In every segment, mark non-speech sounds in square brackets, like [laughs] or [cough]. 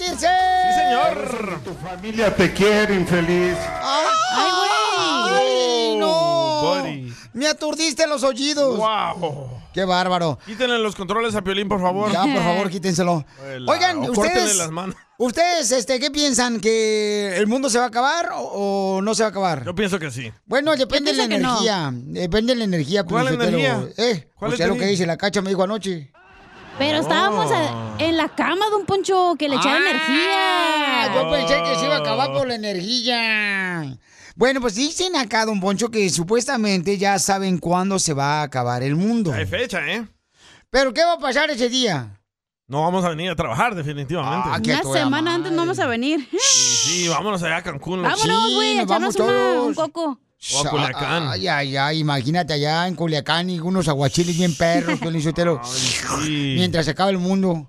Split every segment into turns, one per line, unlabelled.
Eh, señor.
Tu familia te quiere, infeliz.
¡Ay, güey! ¡Ay, no!
Oh, buddy.
Me aturdiste los oídos.
¡Wow!
¡Qué bárbaro!
Quítenle los controles a Piolín, por favor.
Ya, por favor, quítenselo.
Vuela,
Oigan,
o córtenle
ustedes.
las manos.
¿Ustedes este, qué piensan? ¿Que el mundo se va a acabar o, o no se va a acabar?
Yo pienso que sí.
Bueno, depende de la
pienso que no.
energía. Depende de la energía.
¿Cuál
Piolín Sotelo.
energía?
Eh,
¿Cuál
o sea, lo que
energía?
dice la cacha me dijo anoche.
Pero estábamos a- en la cama de un poncho que le echaba
Ah,
energía.
yo pensé que se iba a acabar por la energía. Bueno, pues dicen acá, don Poncho, que supuestamente ya saben cuándo se va a acabar el mundo.
Hay fecha, ¿eh?
¿Pero qué va a pasar ese día?
No vamos a venir a trabajar, definitivamente.
Ah, que a
Una
toda
semana
madre.
antes no vamos a venir.
Sí, vámonos allá a Cancún. los-
Vámonos,
Sí,
güey, a
nos vamos
echarnos una-
todos.
un coco.
O a Culiacán.
Ay, ay, ay, imagínate allá en Culiacán y unos aguachiles bien
[laughs]
perros, Piolín Sotelo,
Sí.
mientras se acaba el mundo.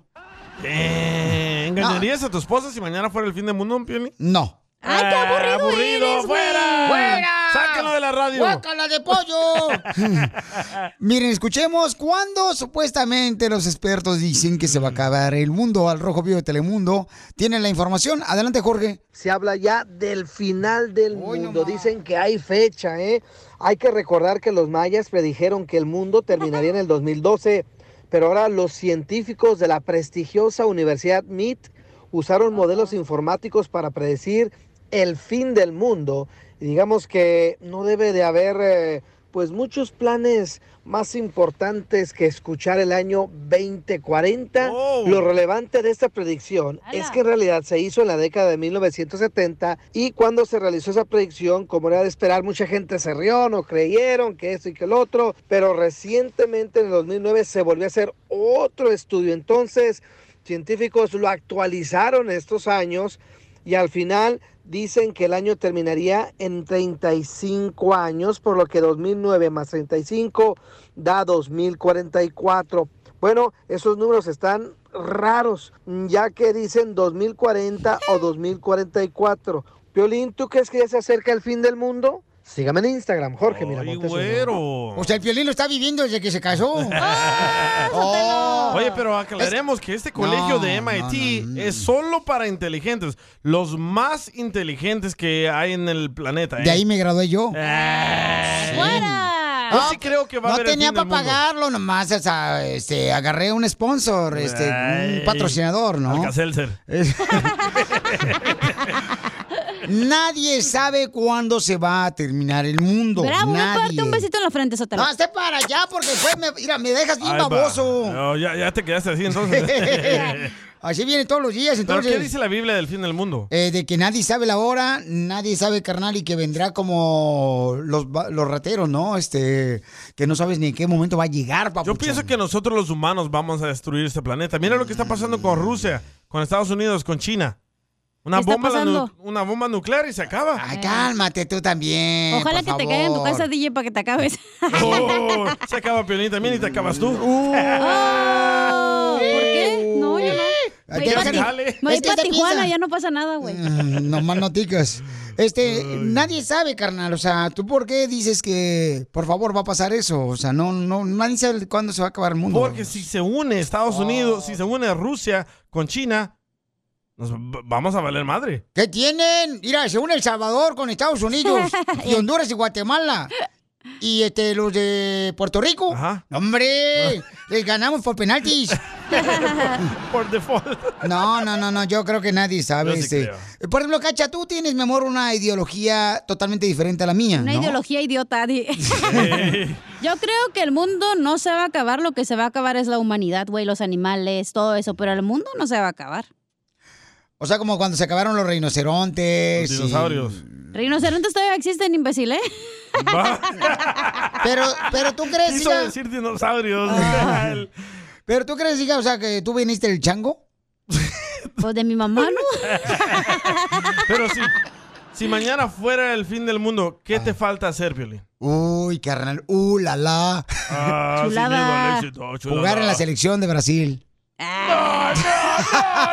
Eh, ¿Engañarías a tu esposa si mañana fuera el fin del mundo, Piolín?
No.
Ay, qué
Ah,
aburrido,
aburrido,
eres, güey.
fuera.
¡Fuera!
Sácalo de la radio.
¡Guácala de
[laughs]
pollo! Miren, escuchemos cuándo supuestamente los expertos dicen que se va a acabar el mundo. Al Rojo Vivo de Telemundo tienen la información. Adelante, Jorge.
Se habla ya del final del
Hoy
mundo.
nomás.
Dicen que hay fecha, ¿eh? Hay que recordar que los mayas predijeron que el mundo terminaría en el 2012, pero ahora los científicos de la prestigiosa Universidad MIT usaron modelos informáticos para predecir el fin del mundo. Y digamos que no debe de haber eh, pues muchos planes más importantes que escuchar el año 2040.
Oh.
Lo relevante de esta predicción es
Ala.
que en realidad se hizo en la década de 1970 y cuando se realizó esa predicción, como era de esperar, mucha gente se rió, no creyeron que esto y que el otro, pero recientemente en el 2009 se volvió a hacer otro estudio. Entonces, científicos lo actualizaron estos años y al final dicen que el año terminaría en 35 años, por lo que 2009 más 35 da 2044. Bueno, esos números están raros, ya que dicen 2040 o 2044. Violín, ¿tú crees que ya se acerca el fin del mundo? Sígame en Instagram, Jorge
Ay,
Miramontes. uno.
güero.
O sea, el violín lo está viviendo desde que se casó.
Ah,
Oye, pero aclaremos que este colegio de
Oh. No,
MIT
no, no, no.
es solo para inteligentes. Los más inteligentes que hay en el planeta. ¿eh?
De ahí me gradué yo.
Eh,
¡Fuera!
Yo sí creo que va a
No
haber el
tenía
fin del
para
mundo.
pagarlo nomás, o sea, este, agarré un sponsor, este, un
Ay.
patrocinador, ¿no?
Alka-Seltzer.
[laughs] Nadie sabe cuándo se va a terminar el mundo.
Bravo, una
Nadie.
parte, un besito en la frente, Sotelo.
No, esté para allá porque después me, mira, me dejas bien
Ahí va.
baboso.
No, ya, ya te quedaste
[laughs]
así entonces.
Así viene todos los días,
¿Pero
entonces.
qué dice la Biblia del fin del mundo?
eh, de que nadie sabe la hora, nadie sabe, carnal, y que vendrá como los, va- los rateros, ¿no? Este, que no sabes ni en qué momento va a llegar,
Yo
papuchón.
pienso que nosotros los humanos vamos a destruir este planeta. Mira lo que está pasando con Rusia, con Estados Unidos, con China. Una,
¿Qué está
bomba, nu-
pasando?
una bomba nuclear y se acaba.
Ay, cálmate tú también.
Ojalá que
por
te caiga en tu
favor.
casa, DJ, para que
[laughs]
te acabes.
Oh, se acaba Piolín también y te acabas tú.
Uh.
Oh, [laughs] ¿Por qué? No, yo no. Me voy
Aquí
pa'
se
Ti-
jale.
me voy
Es que
pa'
te
Tijuana,
piensa.
ya no pasa nada, güey.
Mm, no más noticas. Este, nadie sabe, carnal. O sea, ¿tú por qué dices que por favor va a pasar eso? O sea, no, no, nadie sabe cuándo se va a acabar el mundo.
Porque si se une
Oh.
Estados Unidos, si se une Rusia con China, nos v- vamos a
[laughs]
valer madre.
¿Qué tienen? Mira, se une El Salvador con Estados Unidos y Honduras y Guatemala. Y este, los de Puerto Rico.
Ajá.
¡No, ¡Hombre! Les ganamos por penaltis.
Por default.
No, no, no, no. Yo creo que nadie sabe.
Yo sí
este. Por ejemplo, Cacha, tú tienes, mi amor, una ideología totalmente diferente a la mía.
Una
¿no?
ideología idiota. di. [laughs] Yo creo que el mundo no se va a acabar. Lo que se va a acabar es la humanidad, güey, los animales, todo eso. Pero el mundo no se va a acabar.
O sea, como cuando se acabaron los rinocerontes.
Los
y-
dinosaurios.
Rinocerontes todavía existen, imbécil, ¿eh?
Va.
Pero, pero tú crees,
Quiso
hija,
decir dinosaurios.
[laughs] pero tú crees, hija, o sea, que tú viniste el chango.
Pues de mi mamá, ¿no?
Pero si, si mañana fuera el fin del mundo, ¿qué te falta hacer, Piolín?
Uy, carnal, uh, la la.
Ah, sin
Chulada.
miedo al éxito, chulada.
Jugar en la selección de Brasil.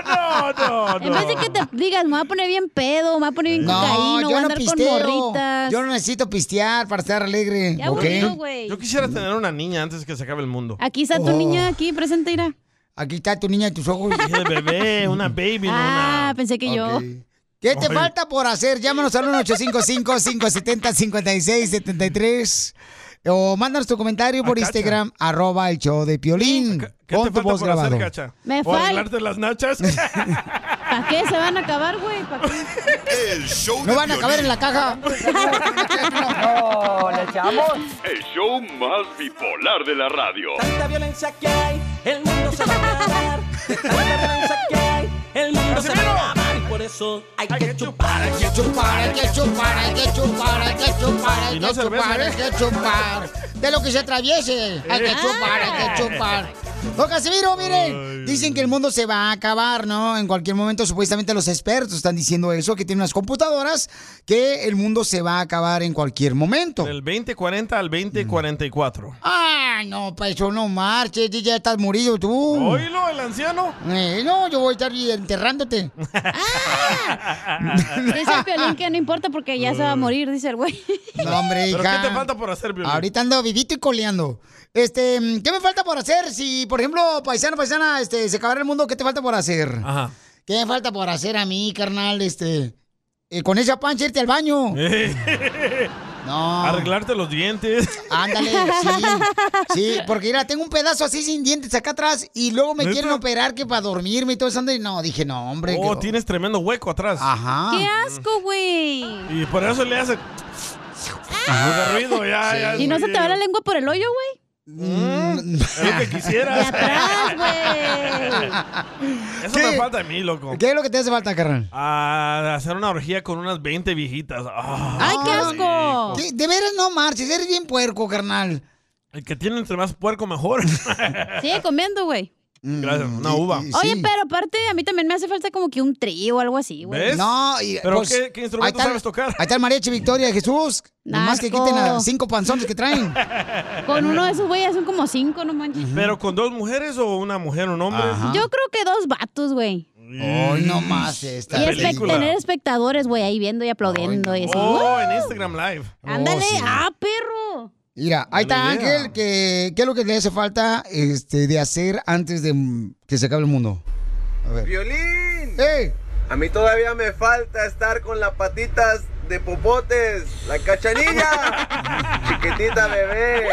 No, no, no,
En vez de que te digas, me voy a poner bien pedo, me voy a poner bien
No,
cocaíno, voy a
yo no
andar con
pisteo.
morritas.
Yo no necesito pistear para estar alegre.
Qué
¿ok?
aburrido, güey.
Yo quisiera tener una niña antes que se acabe el mundo.
Aquí está tu
Oh.
niña, aquí presente, irá.
Aquí está tu niña y tus
[laughs]
ojos.
Dije de bebé, una baby, no una-
Ah, pensé que yo.
¿Qué te
Ay.
falta por hacer? Llámanos al 1-855-570-5673 o mándanos tu comentario por
Acacha.
Instagram, arroba el show de Piolín,
Ah, ¿Qué
con
te
tu
falta
voz
por hacer,
grabado.
Cacha?
Me
¿O
fal-
arreglarte
[laughs]
las nachas?
¿Para qué se van a acabar, güey? ¿Para qué?
El show
No
de
van a caber en la caja.
No, le echamos.
El show más bipolar de la radio.
Tanta violencia que hay, el mundo se va a
[laughs]
acabar. De Tanta violencia que hay, el mundo se va a acabar. Y por eso hay que chupar.
Hay que chupar, hay que chupar, hay que chupar, hay que chupar, hay
Y
que
no cerveza,
chupar,
¿eh?
hay que chupar. [laughs] De lo que se atraviese, hay que chupar, hay que chupar. Don Casimiro, miren, dicen que el mundo se va a acabar, ¿no? En cualquier momento, supuestamente los expertos están diciendo eso, que tienen unas computadoras, que el mundo se va a acabar en cualquier momento.
Del 2040 al 2044.
Ah, no, pa' eso no marches, ya estás morido tú.
Oílo, el anciano.
Eh, no, yo voy a estar enterrándote.
Dice el Piolín que no importa porque ya
Mm.
se va a morir, dice el güey. [laughs]
No, hombre,
¿Pero
hija.
qué te falta por hacer, Piolín?
Ahorita ando vivito y coleando. Este, mm, ¿qué me falta por hacer? Si, por ejemplo, paisano, paisana, este, se acabará el mundo, ¿qué te falta por hacer?
Ajá.
¿Qué me falta por hacer a mí, carnal? Este, eh, con esa pancha irte al baño. [laughs]
Eh.
No.
Arreglarte los dientes.
Ándale, sí.
[laughs]
Sí, porque mira, tengo un pedazo así sin dientes acá atrás y luego me
¿Neta?
quieren operar que para dormirme y todo eso. ando- y No, dije, no, hombre.
Oh,
que- ah.
tienes tremendo hueco atrás.
Ajá.
¡Qué asco, güey!
Y por eso le hace.
Ah.
Mucho [laughs] ruido, ya, ya.
¿Y no se te va la lengua por el hoyo, güey?
Mm, es lo que
De
quisieras.
atrás, güey.
Eso
¿Qué?
me falta a mí, loco.
¿Qué es lo que te hace falta, carnal?
A hacer una orgía con unas 20 viejitas. Ah,
¡Ay, qué asco!
¿Qué? De veras no marches, eres bien puerco, carnal.
El que tiene entre más [laughs]
[laughs]
puerco, mejor.
Sigue comiendo, güey.
Gracias, una
Mm, Y-
uva.
y-
Oye,
sí.
pero aparte, a mí también me hace falta como que un trío o algo así, güey.
¿Ves?
No, y, pues,
¿Pero qué- qué instrumento
ahí está el-
sabes tocar?
Ahí está el mariachi Victoria de Jesús. Nomás que
Naco.
quiten a cinco panzones que traen.
Con uno de esos güeyes son como cinco, no manches.
¿Pero con dos mujeres o una mujer, un hombre?
Ajá.
Yo creo que dos vatos, güey.
Hoy no más esta
Y espe-
película.
tener espectadores, güey, ahí viendo y aplaudiendo y así.
Oh, en Instagram Live.
¡Ándale!
Oh, sí.
¡Ah, perro!
Mira, ahí está
Buena idea.
Ángel, que, ¿qué es lo que le hace falta este, de hacer antes de mm, que se acabe el
[laughs]
mundo? A ver.
Violín.
¡Ey!
A mí todavía me falta estar con las patitas de popotes, la
[laughs]
cachanilla, chiquitita bebé.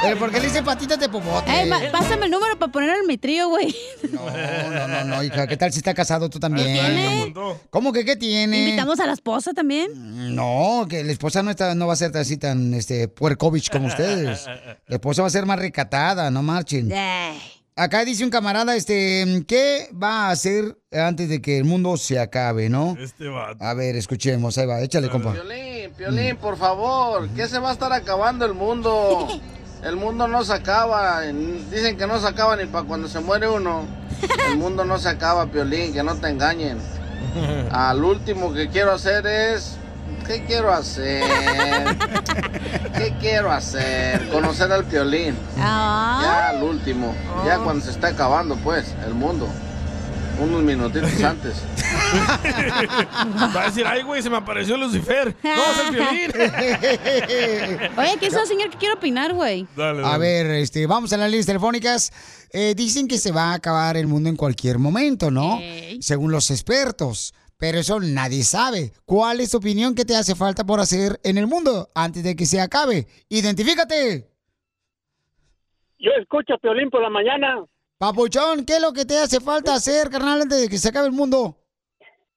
¿Pero por qué le dice patitas de popote?
Ey, ma- pásame el número para ponerlo en mi trío, güey.
No, no, no, no, hija, ¿qué tal si está casado
Ah,
tú también?
Ahí apuntó.
¿Cómo que qué tiene?
Invitamos a la esposa
[laughs]
también.
No, que la esposa no, está, no va a ser así tan este, puercovich como
[laughs]
ustedes. La esposa va a ser más recatada, no marchen.
Ay.
Acá dice un camarada, este, ¿qué va a hacer antes de que el mundo se acabe, no?
Este vato.
A ver, escuchemos, ahí va, échale, compa.
Piolín, Piolín, por favor, ¿qué se va a estar acabando el mundo? El mundo no se acaba, dicen que no se acaba ni para cuando se muere uno. El mundo no se acaba, Piolín, que no te engañen. Al último que quiero hacer es, ¿qué quiero hacer? ¿Qué quiero hacer? Conocer al Piolín.
Ah.
Ya al último, ya cuando se está acabando pues el mundo. Unos minutitos antes.
Va a decir, ay, güey, se me apareció Lucifer. No, es el violín.
[laughs] Oye, que eso, señor, que quiero opinar, güey.
Dale,
A
dale.
ver, este, vamos a las líneas telefónicas. Eh, dicen que se va a acabar el mundo en cualquier momento, ¿no?
Ey.
Según los expertos. Pero eso nadie sabe. ¿Cuál es tu opinión que te hace falta por hacer en el mundo antes de que se acabe? Identifícate.
Yo escucho a Piolín por la mañana.
Papuchón, ¿qué es lo que te hace falta hacer, carnal, antes de que se acabe el mundo?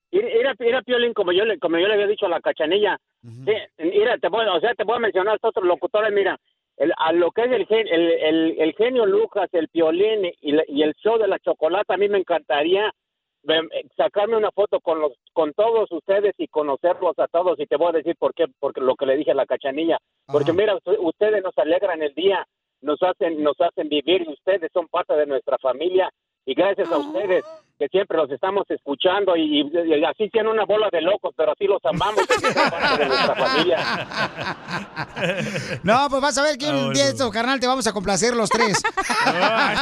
Ir, ir a, ir a Piolín, como yo, le, como yo le había dicho a la cachanilla. Sí, mira, te voy, o sea, te voy a mencionar a otros locutores, eh, mira. El, a lo que es el, gen- el, el, el genio Lucas, el Piolín y, la- y el show de la chocolate, a mí me encantaría em, sacarme una foto con los con todos ustedes y conocerlos a todos y te voy a decir por qué porque lo que le dije a la cachanilla porque
Ajá.
mira us- ustedes nos alegran el día nos hacen nos hacen vivir y ustedes son parte de nuestra familia y gracias a ustedes que siempre los estamos escuchando y, y- y así tienen una bola de locos, pero así los amamos porque son parte de nuestra familia.
No, pues vas a ver quién
Ah, bueno.
de estos, carnal, te vamos a complacer los
[laughs]
tres.
Ah,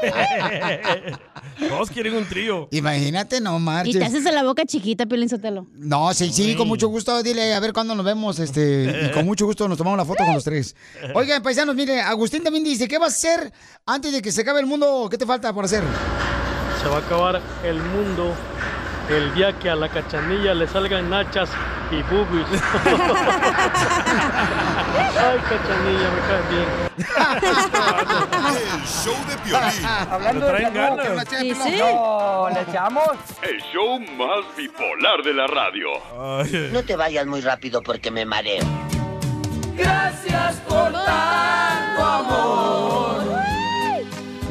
Ah.
[laughs] Todos quieren un trío.
Imagínate, no marches.
Y te haces la boca chiquita, Piolín Sotelo.
No, sí, sí, con mucho gusto. Dile a ver cuándo nos vemos, este, y con mucho gusto nos tomamos la foto con los tres. Oigan, paisanos, mire, Agustín también dice, ¿qué vas a hacer antes de que se acabe el mundo? ¿Qué te falta por hacer?
Se va a acabar el mundo el día que a la cachanilla le salgan nachas y boobies.
[laughs]
Ay, cachanilla, me caes bien.
[laughs]
El show de Piolín.
Hablando de traen salud, ganas. ¿qué onda, Chela Sí, Pilón? sí. No, ¿le
[laughs] echamos?
El show más bipolar de la radio.
No te vayas muy rápido porque me mareo.
Gracias por tanto amor.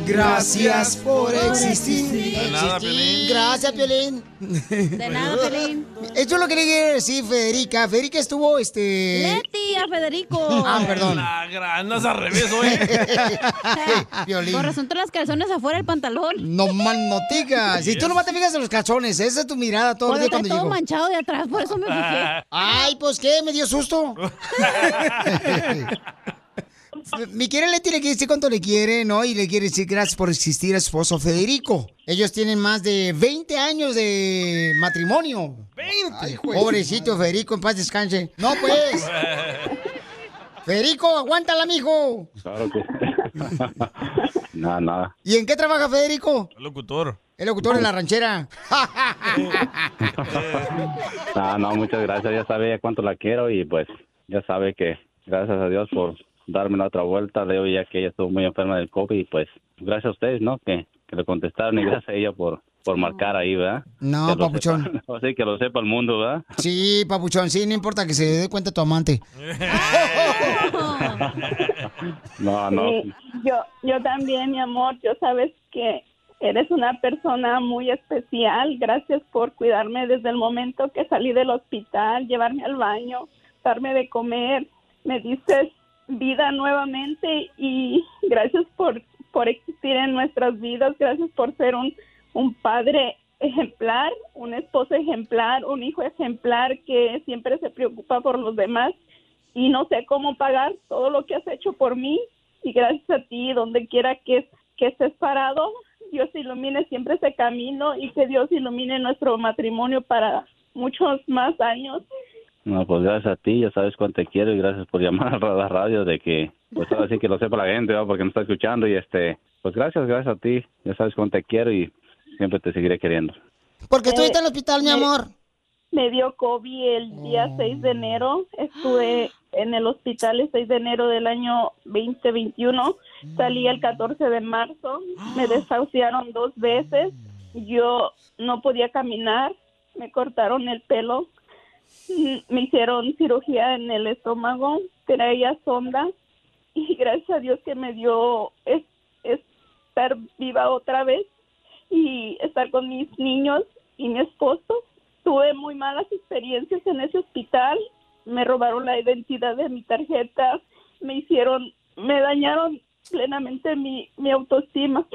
Gracias por existir.
De nada, Piolín.
Gracias, Piolín.
De nada, Piolín.
Eso es lo que le quería decir, Federica. Federica estuvo, este...
Leti, a Federico.
Ah, perdón.
La gran, andas al revés hoy.
[laughs] [laughs] Piolín.
Por razón, todas las calzones afuera del pantalón.
No man, no digas. Y tú nomás te fijas en los calzones. Esa es tu mirada todo el
Porque
día
está
cuando
todo
llego.
manchado de atrás, por eso me fijé.
[laughs] Ay, pues qué, me dio
[laughs]
susto. Mi querida Leti le quiere decir cuánto le quiere, ¿no? Y le quiere decir gracias por existir a su esposo Federico. Ellos tienen más de 20 años de matrimonio. ¡20! Pobrecito Federico, en paz descanse. No,
[laughs]
pues.
[laughs]
Federico, aguántala, mijo.
Claro que [laughs] Nada, nada.
¿Y en qué trabaja Federico?
[laughs]
Locutor.
El locutor en la ranchera. [laughs]
No, no, muchas gracias. Ya sabe ya cuánto la quiero y pues ya sabe que gracias a Dios por darme la otra vuelta. Leo ya que ella estuvo muy enferma del COVID y pues gracias a ustedes, ¿no? Que, que le contestaron y gracias a ella por, por marcar ahí, ¿verdad?
No,
Que lo
papuchón.
sepa- [laughs] Así que lo sepa el mundo, ¿verdad?
Sí, papuchón, sí, no importa que se dé cuenta tu amante.
No, no.
Sí, yo, yo también, mi amor, yo sabes que eres una persona muy especial. Gracias por cuidarme desde el momento que salí del hospital, llevarme al baño, darme de comer. Me diste vida nuevamente y gracias por, por existir en nuestras vidas. Gracias por ser un, un padre ejemplar, un esposo ejemplar, un hijo ejemplar que siempre se preocupa por los demás y no sé cómo pagar todo lo que has hecho por mí y gracias a ti, donde quiera que, que estés parado, Dios ilumine siempre ese camino y que Dios ilumine nuestro matrimonio para muchos más años.
No, pues gracias a ti, ya sabes cuánto te quiero y gracias por llamar a la radio de que, pues ahora sí que lo sepa la gente, ¿verdad? porque me está escuchando y este, pues gracias, gracias a ti, ya sabes cuánto te quiero y siempre te seguiré queriendo.
Porque estuviste en el hospital, mi amor.
Eh, Me dio COVID el día 6 de enero. Estuve en el hospital el 6 de enero del año 2021. Salí el 14 de marzo.
Ah.
Me desahuciaron dos veces. Yo no podía caminar. Me cortaron el pelo. Mm, Me hicieron cirugía en el estómago. Traía sonda. Y gracias a Dios que me dio es- estar viva otra vez y estar con mis niños y mi esposo. Tuve muy malas experiencias en ese hospital. Me robaron la identidad de mi tarjeta. Me hicieron, me dañaron plenamente mi, mi autoestima.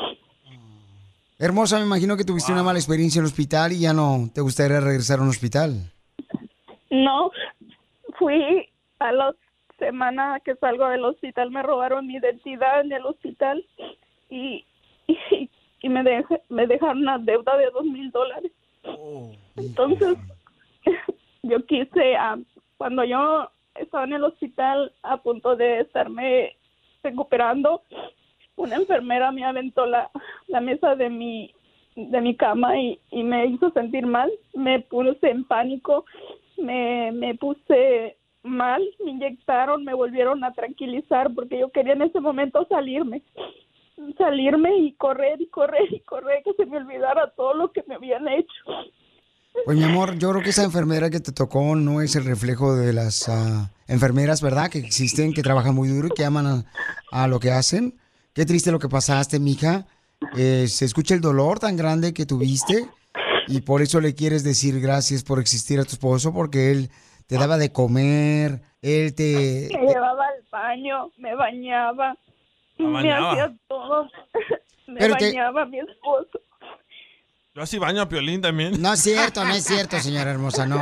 Hermosa, me imagino que tuviste una mala experiencia en el hospital y ya no te gustaría regresar a un hospital.
No, fui a la semana que salgo del hospital, me robaron mi identidad en el hospital y, [laughs] y, y me, dej- me dejaron una deuda de dos mil dólares. Entonces, [laughs] yo quise, ah, cuando yo estaba en el hospital a punto de estarme recuperando, una enfermera me aventó la, la mesa de mi, de mi cama y, y me hizo sentir mal, me puse en pánico, me, me puse mal, me inyectaron, me volvieron a tranquilizar porque yo quería en ese momento salirme salirme y correr y correr y correr que se me olvidara todo lo que me habían hecho
Pues mi amor, yo creo que esa enfermera que te tocó no es el reflejo de las ah, enfermeras, ¿verdad? Que existen, que trabajan muy duro y que aman a, a lo que hacen. Qué triste lo que pasaste, mija. Eh, se escucha el dolor tan grande que tuviste y por eso le quieres decir gracias por existir a tu esposo porque él te daba de comer, él te...
Me llevaba al baño, me bañaba, me
bañaba.
hacía todo. [laughs] Me
Pero te-
bañaba mi esposo.
Yo así baño a Piolín también.
No es cierto, no es cierto, señora hermosa, no.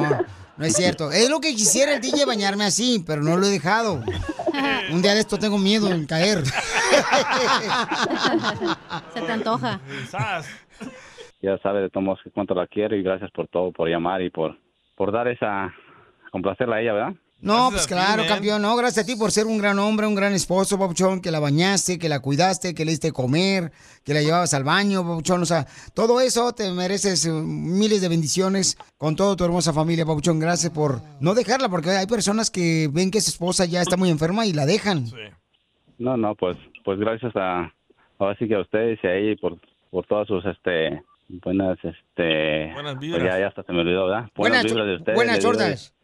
No es cierto. Es lo que quisiera el DJ bañarme así, pero no lo he dejado. Un día de esto tengo miedo en caer.
Se te antoja.
Ya sabe de todos que cuánto la quiero y gracias por todo, por llamar y por, por dar esa, complacerla a ella, ¿verdad?
No, pues
a ti,
claro,
man.
campeón, no, gracias a ti por ser un gran hombre, un gran esposo, Papuchón, que la bañaste, que la cuidaste, que le diste comer, que la llevabas al baño, Papuchón, o sea, todo eso te mereces eh, miles de bendiciones con toda tu hermosa familia, Papuchón, gracias por no dejarla, porque hay personas que ven que su esposa ya está muy enferma y la dejan.
No, no, pues, pues gracias a, ahora sí que a ustedes y a ella y por, por todas sus, este, buenas, este,
Buenas
pues ya, ya hasta se me olvidó, ¿verdad?
Buenas
Buenas,
cho-
vibras de ustedes.
buenas
le digo, [laughs]
chordas.
y-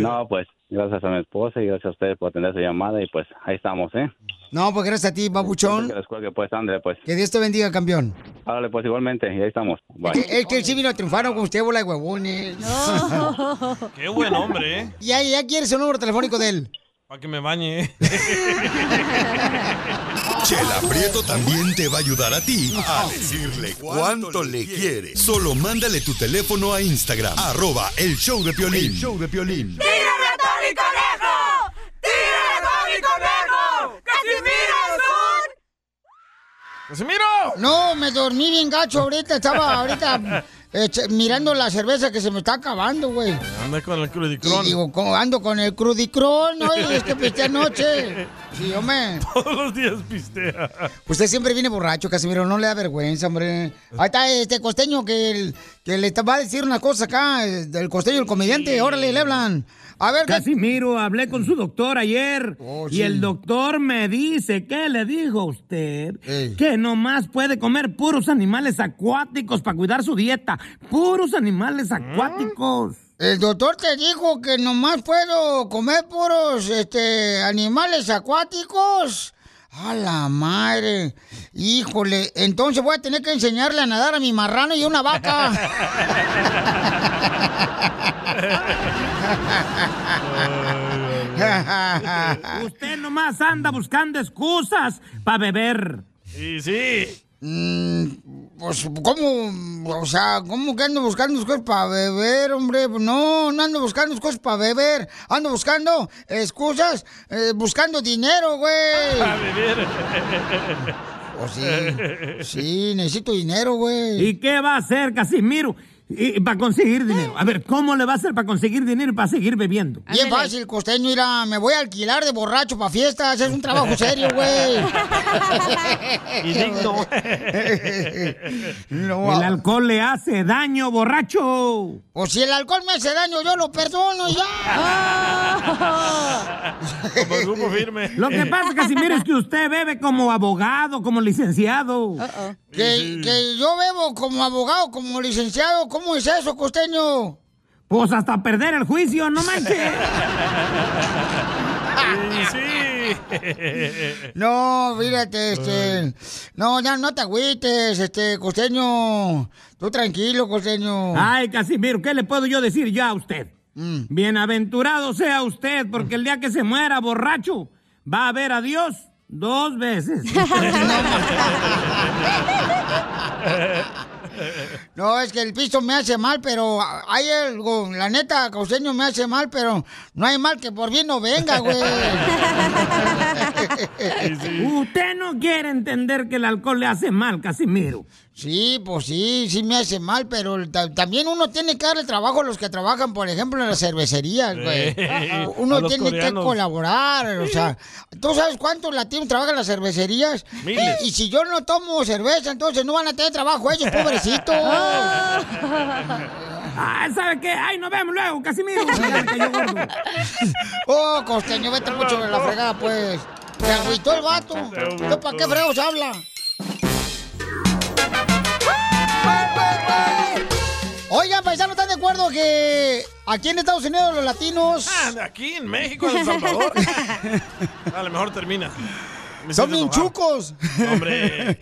no, pues, gracias a mi esposa y gracias a ustedes por atender su llamada y pues ahí estamos, ¿eh?
No, pues gracias a ti, Papuchón,
Que les cuelgue, pues, André, pues.
que Dios te bendiga, campeón.
Órale, pues, igualmente, y ahí estamos.
[laughs]
Bye.
Es que el sí vino a triunfar ¿no? con usted, bola de huevones.
Qué buen hombre, ¿eh?
ya, ya quieres el número telefónico de él.
Para que me
[laughs]
bañe, ¿eh?
Chela Prieto también te va a ayudar a ti a decirle cuánto le quiere. Solo mándale tu teléfono a Instagram, arroba el show de Piolín. show de Piolín.
¡Tírame a Tony Conejo! ¡Tírame a Tony Conejo! ¡Casimiro
¡Casimiro! No, me dormí bien gacho ahorita. Estaba ahorita eh, che- mirando la cerveza que se me está acabando, güey.
Anda con el
Y
crudicrón.
digo, co- ando con el crudicrón,
[laughs]
oye, este, pues, es que piste anoche. Sí, hombre.
[laughs] Todos los días
[laughs]
pistea.
Usted siempre viene borracho, Casimiro, no le da vergüenza, hombre. Ahí está este costeño que, el- que le ta- va a decir una cosa acá, el costeño, el comediante, órale, le hablan. A ver,
Casimiro, hablé con su doctor ayer
Oh, sí.
y el doctor me dice que le dijo a usted que nomás puede comer puros animales acuáticos para cuidar su dieta. Puros
¿Mm?
animales
[laughs]
acuáticos.
El doctor te dijo que nomás puedo comer puros este, animales acuáticos. A la madre. Híjole, entonces voy a tener que enseñarle a nadar a mi marrano y una vaca.
[laughs]
Usted nomás anda buscando excusas para beber.
Sí, sí.
Pues, ¿cómo? O sea, ¿cómo que ando buscando cosas para beber, hombre? No, no ando buscando cosas para beber. Ando buscando excusas, eh, buscando dinero,
A
güey.
beber.
O sí. Sí, necesito dinero, güey.
¿Y qué va a hacer Casimiro? Y- para conseguir dinero. A ver, ¿cómo le va a hacer para conseguir dinero y para seguir bebiendo?
Bien fácil, costeño, mira, me voy a alquilar de borracho para fiestas, es un trabajo serio, güey.
Y digno.
No.
El alcohol le hace daño, borracho.
O si el alcohol me hace daño, yo lo perdono
[laughs]
y ya.
Como el grupo firme.
Lo que pasa, Casimiro, es que usted bebe como abogado, como licenciado.
Que, que yo bebo como abogado, como licenciado, ¿cómo es eso, costeño?
Pues hasta perder el juicio, no manches.
sí.
[laughs] No, fíjate, este. No, ya no te agüites, este, costeño. Tú tranquilo, costeño.
Ay, Casimiro, ¿qué le puedo yo decir ya a usted?
Mm.
Bienaventurado sea usted, porque el día que se muera borracho, va a ver a Dios dos veces.
No, es que el piso me hace mal, pero hay algo, la neta, costeño me hace mal, pero no hay mal que por bien no venga, güey.
Usted no quiere entender que el alcohol le hace mal, Casimiro.
Sí, pues sí, sí me hace mal, pero el ta- también uno tiene que darle trabajo a los que trabajan, por ejemplo, en las cervecerías, güey. Uh-uh.
Eh, a
Uno
los
tiene
coreanos.
que colaborar, o sea, ¿tú sabes cuántos latinos trabajan en las cervecerías?
Miles.
Y si yo no tomo cerveza, entonces no van a tener trabajo ellos,
[laughs]
pobrecitos.
Ah.
Ah,
Ay, ¿sabe qué? Ay, nos vemos
[laughs]
luego, Casimiro.
[laughs] oh, costeño, vete mucho de la fregada, pues. Se agüitó el vato. ¿Tú para qué freos habla? Oigan, paisanos, ¿están de acuerdo que aquí en Estados Unidos los latinos
Ah, Aquí en México, en El Salvador. A lo mejor termina. Me
son
hiciste
bien
enojar.
chucos?
Hombre,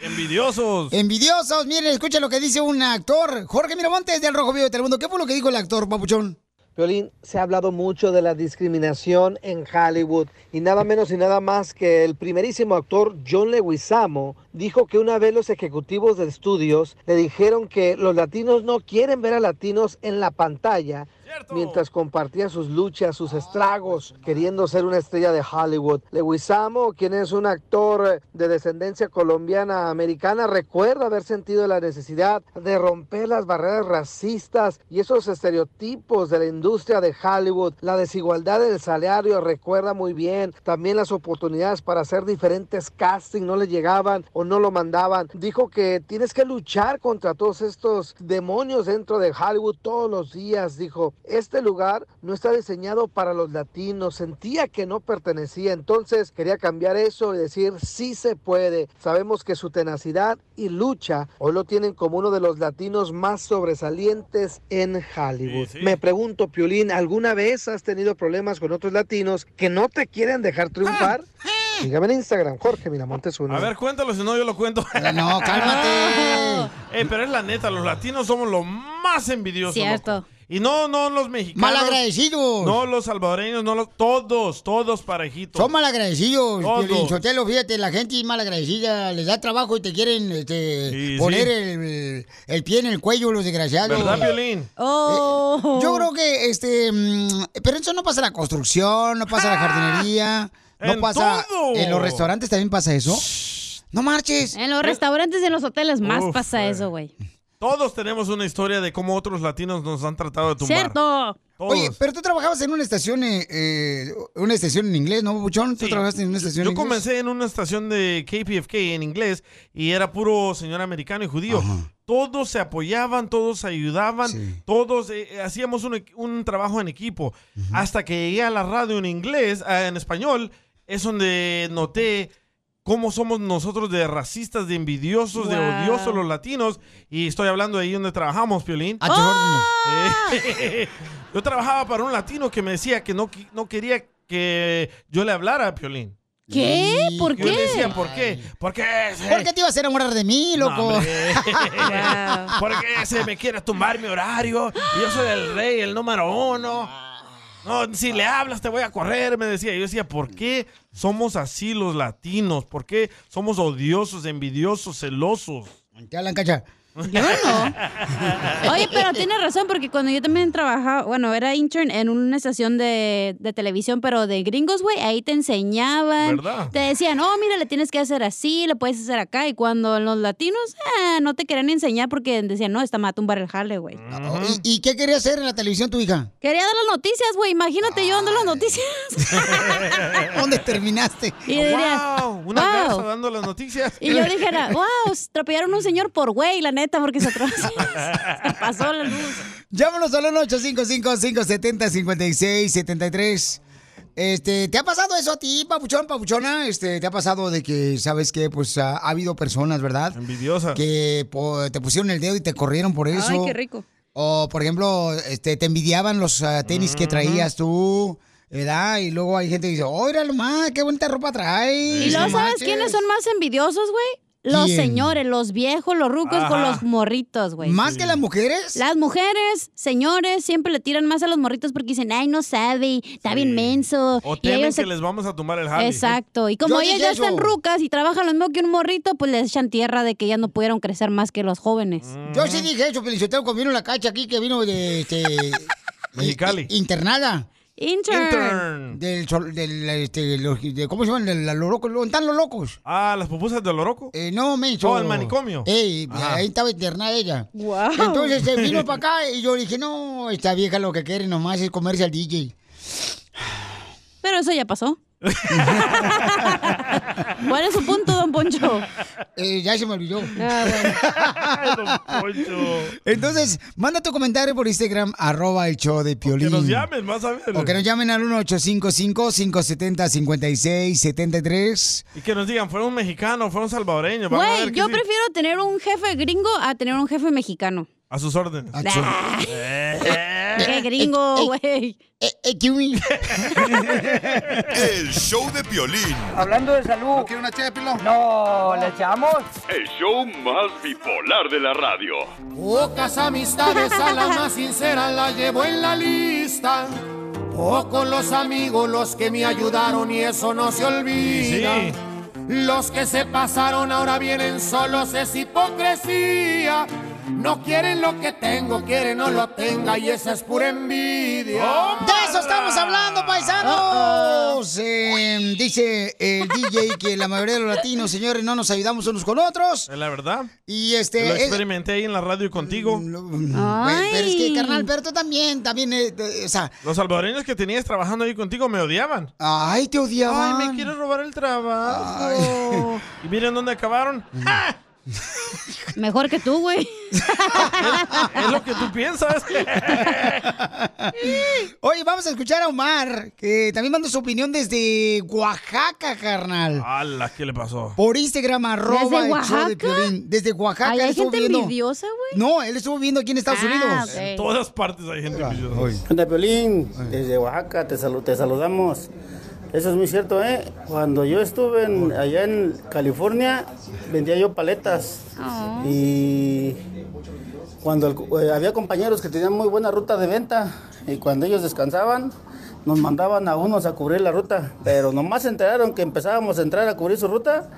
[laughs]
envidiosos.
Envidiosos, miren, escuchen lo que dice un actor. Jorge Miramontes del Rojo Vivo de Telemundo. ¿Qué fue lo que dijo el actor, papuchón?
Violín, se ha hablado mucho de la discriminación en Hollywood y nada menos y nada más que el primerísimo actor John Leguizamo dijo que una vez los ejecutivos de estudios le dijeron que los latinos no quieren ver a latinos en la pantalla mientras compartía sus luchas, sus estragos, queriendo ser una estrella de Hollywood. Leguizamo, quien es un actor de descendencia colombiana americana, recuerda haber sentido la necesidad de romper las barreras racistas y esos estereotipos de la industria de Hollywood. La desigualdad del salario recuerda muy bien, también las oportunidades para hacer diferentes casting no le llegaban o no lo mandaban. Dijo que tienes que luchar contra todos estos demonios dentro de Hollywood todos los días, dijo este lugar no está diseñado para los latinos, sentía que no pertenecía, entonces quería cambiar eso y decir, sí se puede. Sabemos que su tenacidad y lucha hoy lo tienen como uno de los latinos más sobresalientes en Hollywood.
Sí, sí.
Me pregunto, Piolín, ¿alguna vez has tenido problemas con otros latinos que no te quieren
[laughs]
dejar triunfar? Dígame en Instagram, Jorge Miramontes uno.
A ver, cuéntalo, si no yo lo cuento.
No,
[laughs]
cálmate.
Eh, pero es la neta, los latinos somos los más envidiosos.
Cierto.
loco. Y no, no los mexicanos.
Malagradecidos.
No los salvadoreños, no los. Todos, todos parejitos.
Son malagradecidos,
Todos.
Piolín Sotelo, fíjate, la gente es malagradecida, les da trabajo y te quieren este,
Sí,
poner
sí.
El, el pie en el cuello, los desgraciados.
¿Verdad, Piolín?
Eh, yo creo que, este, mm, pero eso no pasa en la construcción, no pasa en la
[laughs]
jardinería, no
En
pasa
todo.
en los restaurantes también pasa eso. No marches.
En los restaurantes y en los hoteles más
Uf,
pasa eso, güey.
Todos tenemos una historia de cómo otros latinos nos han tratado de tumbar.
Cierto.
Todos.
Oye, pero tú trabajabas en una estación, eh, eh, una estación en inglés, ¿no, Buchón? Tú
Sí.
trabajaste en una estación
Yo
en inglés.
comencé en una estación de KPFK en inglés y era puro señor americano y judío. Todos se apoyaban, todos se ayudaban, todos eh, eh, hacíamos un, equ- un trabajo en equipo. Hasta que llegué a la radio en inglés, ah, en español, es donde noté cómo somos nosotros de racistas, de envidiosos, de
Wow.
odiosos los latinos. Y estoy hablando de ahí donde trabajamos, Piolín.
A tus órdenes.
Eh, yo trabajaba para un latino que me decía que no, qui- no quería que yo le hablara a Piolín.
¿Qué? ¿Por
Yo le
qué?
decía, ¿por qué? Porque se-
¿Por qué te ibas a enamorar de mí,
No,
loco? [laughs]
hombre. Porque se me quiere tumbar mi horario. y Yo soy el rey, el número uno. No, si le hablas te voy a correr, me decía. Yo decía, ¿por qué somos así los latinos? ¿Por qué somos odiosos, envidiosos, celosos?
Te hablan, cacha.
Oye, pero tienes razón, porque cuando yo también trabajaba, bueno, era intern en una estación de, de televisión, pero de gringos, güey, ahí te enseñaban.
¿Verdad?
Te decían, oh, mira, le tienes que hacer así, le puedes hacer acá. Y cuando los latinos, ah, no te querían enseñar porque decían, no, esta me va a tumbar el jale, güey.
¿Y, y qué quería hacer en la televisión tu
[laughs]
hija? [laughs]
Quería dar las noticias, güey. Imagínate yo dando las noticias. [laughs]
¿Dónde terminaste?
Y yo diría,
wow, una
wow.
garza dando las noticias.
Y yo
[laughs]
dijera, wow, atropellaron a un señor por güey, la neta, porque
[laughs]
se atravesó. pasó la luz.
Llámanos al 1-855-570-5673. Este, ¿te ha pasado eso a ti, papuchón, papuchona? Este, ¿te ha pasado de que, sabes que, pues ha, ha habido personas, ¿verdad?
Envidiosas.
Que po- te pusieron el dedo y te corrieron por eso.
Ay, qué rico.
O, por ejemplo, este, te envidiaban los ah, tenis que traías tú, ¿verdad? Y luego hay gente que dice, oh, lo más, qué bonita ropa traes.
¿Y
no
luego sabes
manches".
quiénes son más envidiosos, güey? Los
¿Quién?
señores, los viejos, los rucos con
Ajá.
los morritos, güey.
¿Más que las mujeres?
Las mujeres, señores, siempre le tiran más a los morritos porque dicen, ay, no sabe, está bien menso.
[laughs] O
y
temen que
se-
les vamos a tumbar el jale.
Exacto. Y como
Yo dije
ellas ya están
eso.
rucas y trabajan lo mismo que un morrito, pues les echan tierra de que ya no pudieron crecer más que los jóvenes.
Mm.
[laughs]
Yo sí dije eso, Feliciteo, cuando vino la cacha aquí, que vino de... Este,
[laughs] Mexicali.
i- internada.
Intern.
Del, sol- del, este, los- de- ¿Cómo se llaman? De la- los locos, ¿dónde ¿Están los locos?
Ah, las pupusas de Loroco.
Eh, no, menso.
Oh, el manicomio.
Ey,
Ajá.
ahí estaba internada ella.
Wow.
Entonces se
[laughs]
vino para acá y yo dije, no, esta vieja lo que quiere nomás es comerse al DJ.
Pero eso ya
[laughs]
pasó. ¿Cuál es su punto, don Poncho?
Eh,
Ah.
ya se me olvidó.
[laughs] don Poncho.
Entonces, manda tu comentario por Instagram, arroba el show de Piolín.
Que nos llamen, vas a ver.
O que nos llamen al 1-855-570-5673.
Y que nos digan, fue un mexicano, fue un salvadoreño. Vamos a ver
Güey,
que
yo
sí.
prefiero tener un jefe gringo a tener un jefe mexicano.
A sus órdenes.
Ah.
Eh.
Qué gringo,
eh,
güey.
Eh,
El show de Piolín.
[laughs] Hablando de salud. ¿No quiere una No, ¿le echamos?
El show más bipolar de la radio.
Pocas amistades a la más sincera la llevo en la lista. Pocos los amigos los que me ayudaron y eso no se olvida.
Sí.
Los que se pasaron ahora vienen solos, es hipocresía. No quieren lo que tengo, quieren no lo tenga y esa es pura envidia.
De eso estamos hablando, paisanos. Eh, dice el DJ que la mayoría de los latinos, señores, no nos ayudamos unos con otros.
[laughs] Es la verdad.
Y
Lo
este. mm, es-
experimenté ahí en la radio contigo.
Pe- pero es que, carnal, pero tú también, también, eh, eh, o sea,
Los salvadoreños que tenías trabajando ahí contigo me odiaban.
Ay, te odiaban.
Ay, me quieres robar el trabajo. [laughs] Y miren dónde acabaron.
Mm.
Mejor que
[laughs]
tú, güey.
[laughs] Es lo que tú piensas. [laughs]
Oye, vamos a escuchar a Omar, que también manda su opinión desde Oaxaca, carnal.
¡Hala! ¿Qué le pasó?
Por Instagram, arroba
¿Desde
el show de
Oaxaca?
Piolín. Desde Oaxaca.
Ay,
él
hay
estuvo
gente
viviendo-
envidiosa, güey. Ah,
No, él estuvo viviendo aquí en Estados Unidos.
ok.
En todas partes hay gente envidiosa.
Anda, Piolín, desde Oaxaca te, salu- te saludamos. Eso es muy cierto, ¿eh? Cuando yo estuve en- allá en California, vendía yo paletas.
Ah.
Y cuando el- eh, había compañeros que tenían muy buena ruta de venta, y cuando ellos descansaban, nos mandaban a unos a cubrir la ruta. Pero nomás se enteraron que empezábamos a entrar a cubrir su ruta,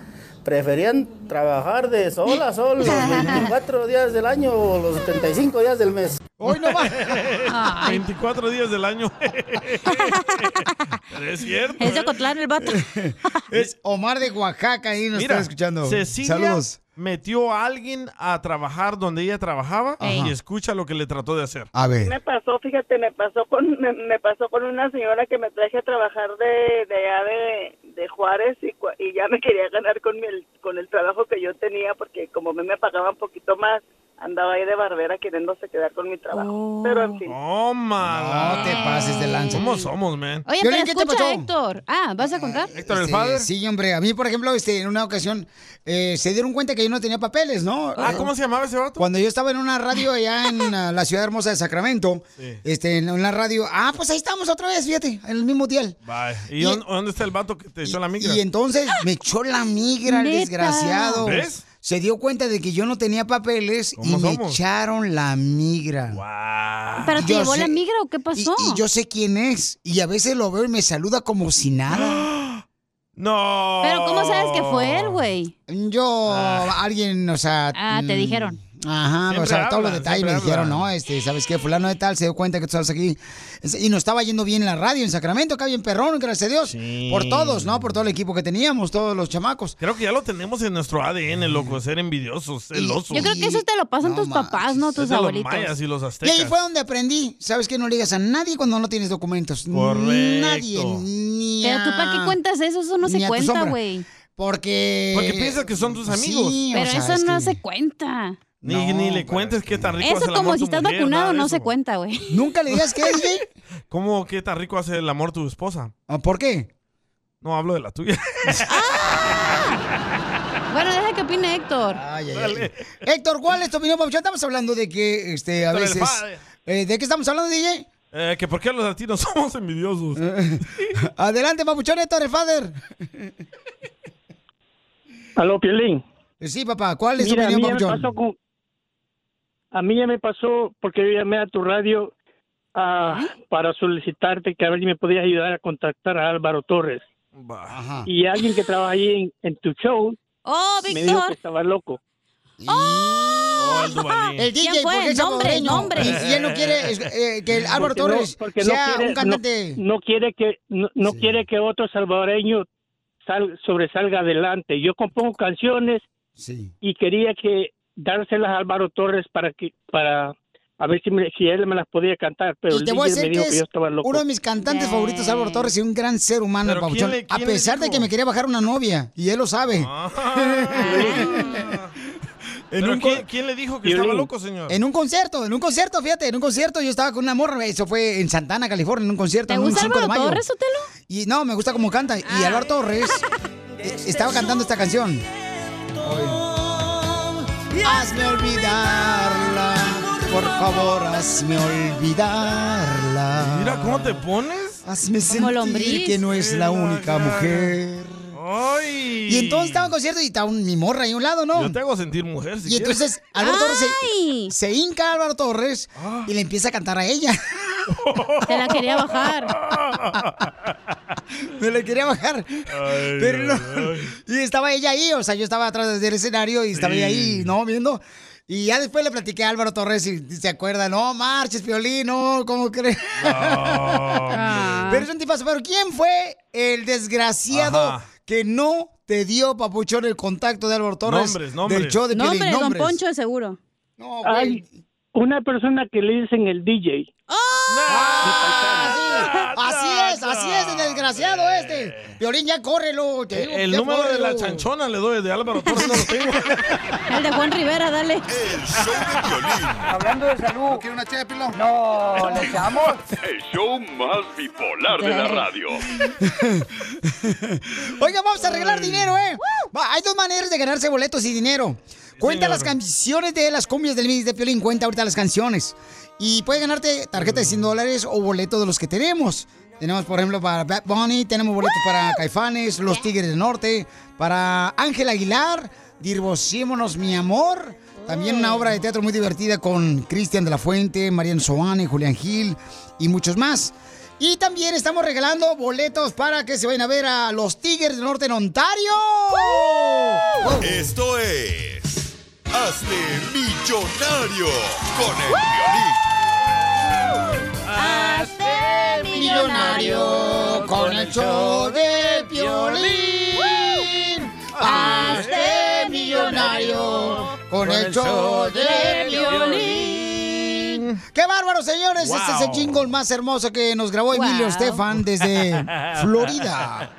preferían trabajar de sol a sol los 24 días del año o los 75 días del mes.
Hoy no
[laughs] 24 días del
[laughs]
año. Pero es cierto. ¿eh?
Es de Ocotlán el vato.
[laughs] Es Omar de Oaxaca ahí nos está escuchando.
Cecilia
Saludos.
metió a alguien a trabajar donde ella trabajaba
Ajá.
y escucha lo que le trató de hacer.
A ver.
Me pasó, fíjate, me pasó con me, me pasó con una señora que me traje a trabajar de de allá de, de Juárez y, cua- y ya me quería ganar con mi- el con el trabajo que yo tenía porque como me, me pagaban poquito más andaba ahí de barbera queriéndose quedar con mi trabajo. Pero en fin.
Oh, mala.
No te pases de lanza.
¿Cómo somos, man?
Oye, pero
Piolín, ¿qué te
escucha,
pasó?
Héctor. Ah, ¿vas a contar?
Este, Sí, hombre. A mí, por ejemplo, este, en una ocasión eh, se dieron cuenta que yo no tenía papeles, ¿no?
Ah, ¿cómo se llamaba ese vato?
Cuando yo estaba en una radio allá
[laughs]
en ah, la ciudad hermosa de Sacramento,
Sí.
este, en una radio. Ah, pues ahí estamos otra vez, fíjate, en el mismo dial.
Bye. ¿Y,
Y-
dónde, dónde está el vato que te echó la migra?
Y entonces me echó la migra el
Neta.
desgraciado.
¿Ves?
Se dio cuenta de que yo no tenía papeles y
¿Cómo
me
somos?
echaron la migra.
¿Pero te
Yo
llevó
sé-
la migra o qué pasó?
Y yo sé quién es. Y a veces lo veo y me saluda como si nada.
No.
Pero ¿cómo sabes que fue él, güey?
Yo, alguien, o sea.
Ah, te
mm,
dijeron.
Ajá,
Ah. Siempre
o sea, todos los
hablan,
detalles me
siempre
dijeron,
hablan.
¿no? Este, ¿sabes qué? Fulano de tal se dio cuenta que tú estabas aquí. Es- Y nos estaba yendo bien la radio en Sacramento, acá bien perrón, gracias a Dios. Por todos, ¿no? Por todo el equipo que teníamos, todos los chamacos.
Creo que ya lo tenemos en nuestro ADN, loco, ser envidiosos, celosos.
Yo creo que eso te lo pasan tus papás, no
Es
tus
de
abuelitos.
Los mayas y los
Y
aztecas.
ahí fue donde aprendí. ¿Sabes qué? No le digas a nadie cuando no tienes documentos.
Correcto.
Nadie, ni
Pero tú, ¿para qué cuentas eso? Eso no se cuenta, güey.
Porque... pues
Porque piensas que son tus amigos.
Pero eso no se cuenta.
Ni, ni
pues
le cuentes qué tan rico hace
Eso
el amor
como
tu
si estás
mujer, nada
vacunado
de
no
eso.
se cuenta, güey.
Nunca le digas qué es,
[laughs]
Ah,
¿Cómo qué tan rico hace el amor tu esposa?
¿Por qué?
No, hablo de
[laughs]
la tuya.
Bueno, deja que opine Héctor.
Dale.
Héctor, ¿cuál es tu opinión, Pabuchón? Estamos hablando de que este, a
Héctor, el
veces...
padre.
eh, ¿De qué estamos hablando, DJ?
Eh, que por qué los latinos [laughs]
[laughs]
somos envidiosos.
Ah, Adelante, Pabuchón, Héctor, el father.
Aló, Piolín.
Eh, Sí, papá, ¿cuál es tu
Mira,
opinión,
a mí ya me
Pabuchón?
pasó con- A mí ya me pasó porque yo llamé a tu radio ah, para solicitarte que a ver si me podías ayudar a contactar a Álvaro Torres. Y alguien que trabaja ahí en, en tu show
Oh,
me dijo que
Víctor.
estaba loco.
Oh,
El DJ,
¿Quién
porque
fue?
es
Nombre,
salvadoreño.
nombre.
Y, y él no quiere es- eh, que el Álvaro
Porque no-
Torres
porque no
sea
quiere-
un
no-
cantante.
No, quiere que no, no quiere que otro salvadoreño sal- sobresalga adelante. Yo compongo canciones y quería que dárselas a Álvaro Torres para que para a ver si, me- si él me las podía cantar, pero
y
el
te voy a
DJ
decir
me
que
dijo que
es
yo estaba loco.
uno de mis cantantes favoritos, Álvaro Torres, y un gran ser humano, el
Pero
Pabuchón.
¿quién le-
A
quién le
pesar de
dijo?
que me quería bajar una novia, y él lo sabe.
Ah.
[laughs]
Pero ¿quién, quién le dijo que estaba loco, señor?
En un concierto, en un concierto, fíjate, en un concierto yo estaba con una morra, eso fue en Santana, California, en un concierto.
¿Te
en
gusta
un 5 de
Álvaro
mayo.
Torres, Otelo?
Y no, me gusta cómo canta. Y Álvaro Torres e- estaba cantando esta canción.
Hazme olvidarla.
Por favor, hazme olvidarla.
Mira cómo te pones.
Hazme sentir que no es la única mujer.
Ay.
Y entonces estaba en concierto y estaba un- mi morra ahí a un lado, ¿no?
Yo te hago sentir mujer si
Y entonces
quieres. Ah,
Álvaro Torres se, se hinca a Álvaro Torres y le empieza a cantar a ella.
Te la quería bajar.
[laughs] Me la quería bajar. Pero no. Y estaba ella ahí, o sea, yo estaba atrás del escenario y estaba
Sí.
ella ahí, ¿no? Viendo. Y ya después le platiqué a Álvaro Torres y se acuerda, no marches, Piolín, no, ¿cómo crees? pero es un tipazo. Pero ¿quién fue el desgraciado
Ajá.
que no te dio, papuchón, el contacto de Álvaro Torres?
Nombres, nombres.
Del show de Piolín,
Nombre, don
nombres.
Poncho, de seguro.
güey.
Ay, una persona que le dicen el DJ.
Ah, Así es, así es, el desgraciado este. Piolín, ya córrelo. te digo,
Eh, El
ya
número de la
córrelo.
chanchona le doy de Álvaro Torres, no lo tengo.
El de Juan Rivera, dale.
[laughs] Hablando de salud. ¿Quiere una ché, Pilón? No, le echamos.
El show más bipolar de la radio.
Oiga, vamos a arreglar dinero, ¿eh? Va, hay dos maneras de ganarse boletos y dinero. Cuenta
señor.
las canciones de las cumbias del mix de Piolín, cuenta ahorita las canciones. Y puedes ganarte tarjeta de 100 dólares o boletos de los que tenemos. Tenemos, por ejemplo, para Bad Bunny, tenemos boletos para Caifanes, Los Tigres del Norte, para Ángel Aguilar, Dirvosiémonos mi amor. También una obra de teatro muy divertida con Cristian de la Fuente, Mariano Soane, Julián Gil y muchos más. Y también estamos regalando boletos para que se vayan a ver a los Tigres del Norte en Ontario.
¡Oh! Esto es. Hazte millonario con el violín.
Hazte millonario con el show de Piolín. Hazte millonario
Con el show de Piolín. ¡Qué bárbaro, señores!
Wow.
Este es el jingle más hermoso que nos grabó Emilio
Wow. [laughs]
Estefan desde Florida.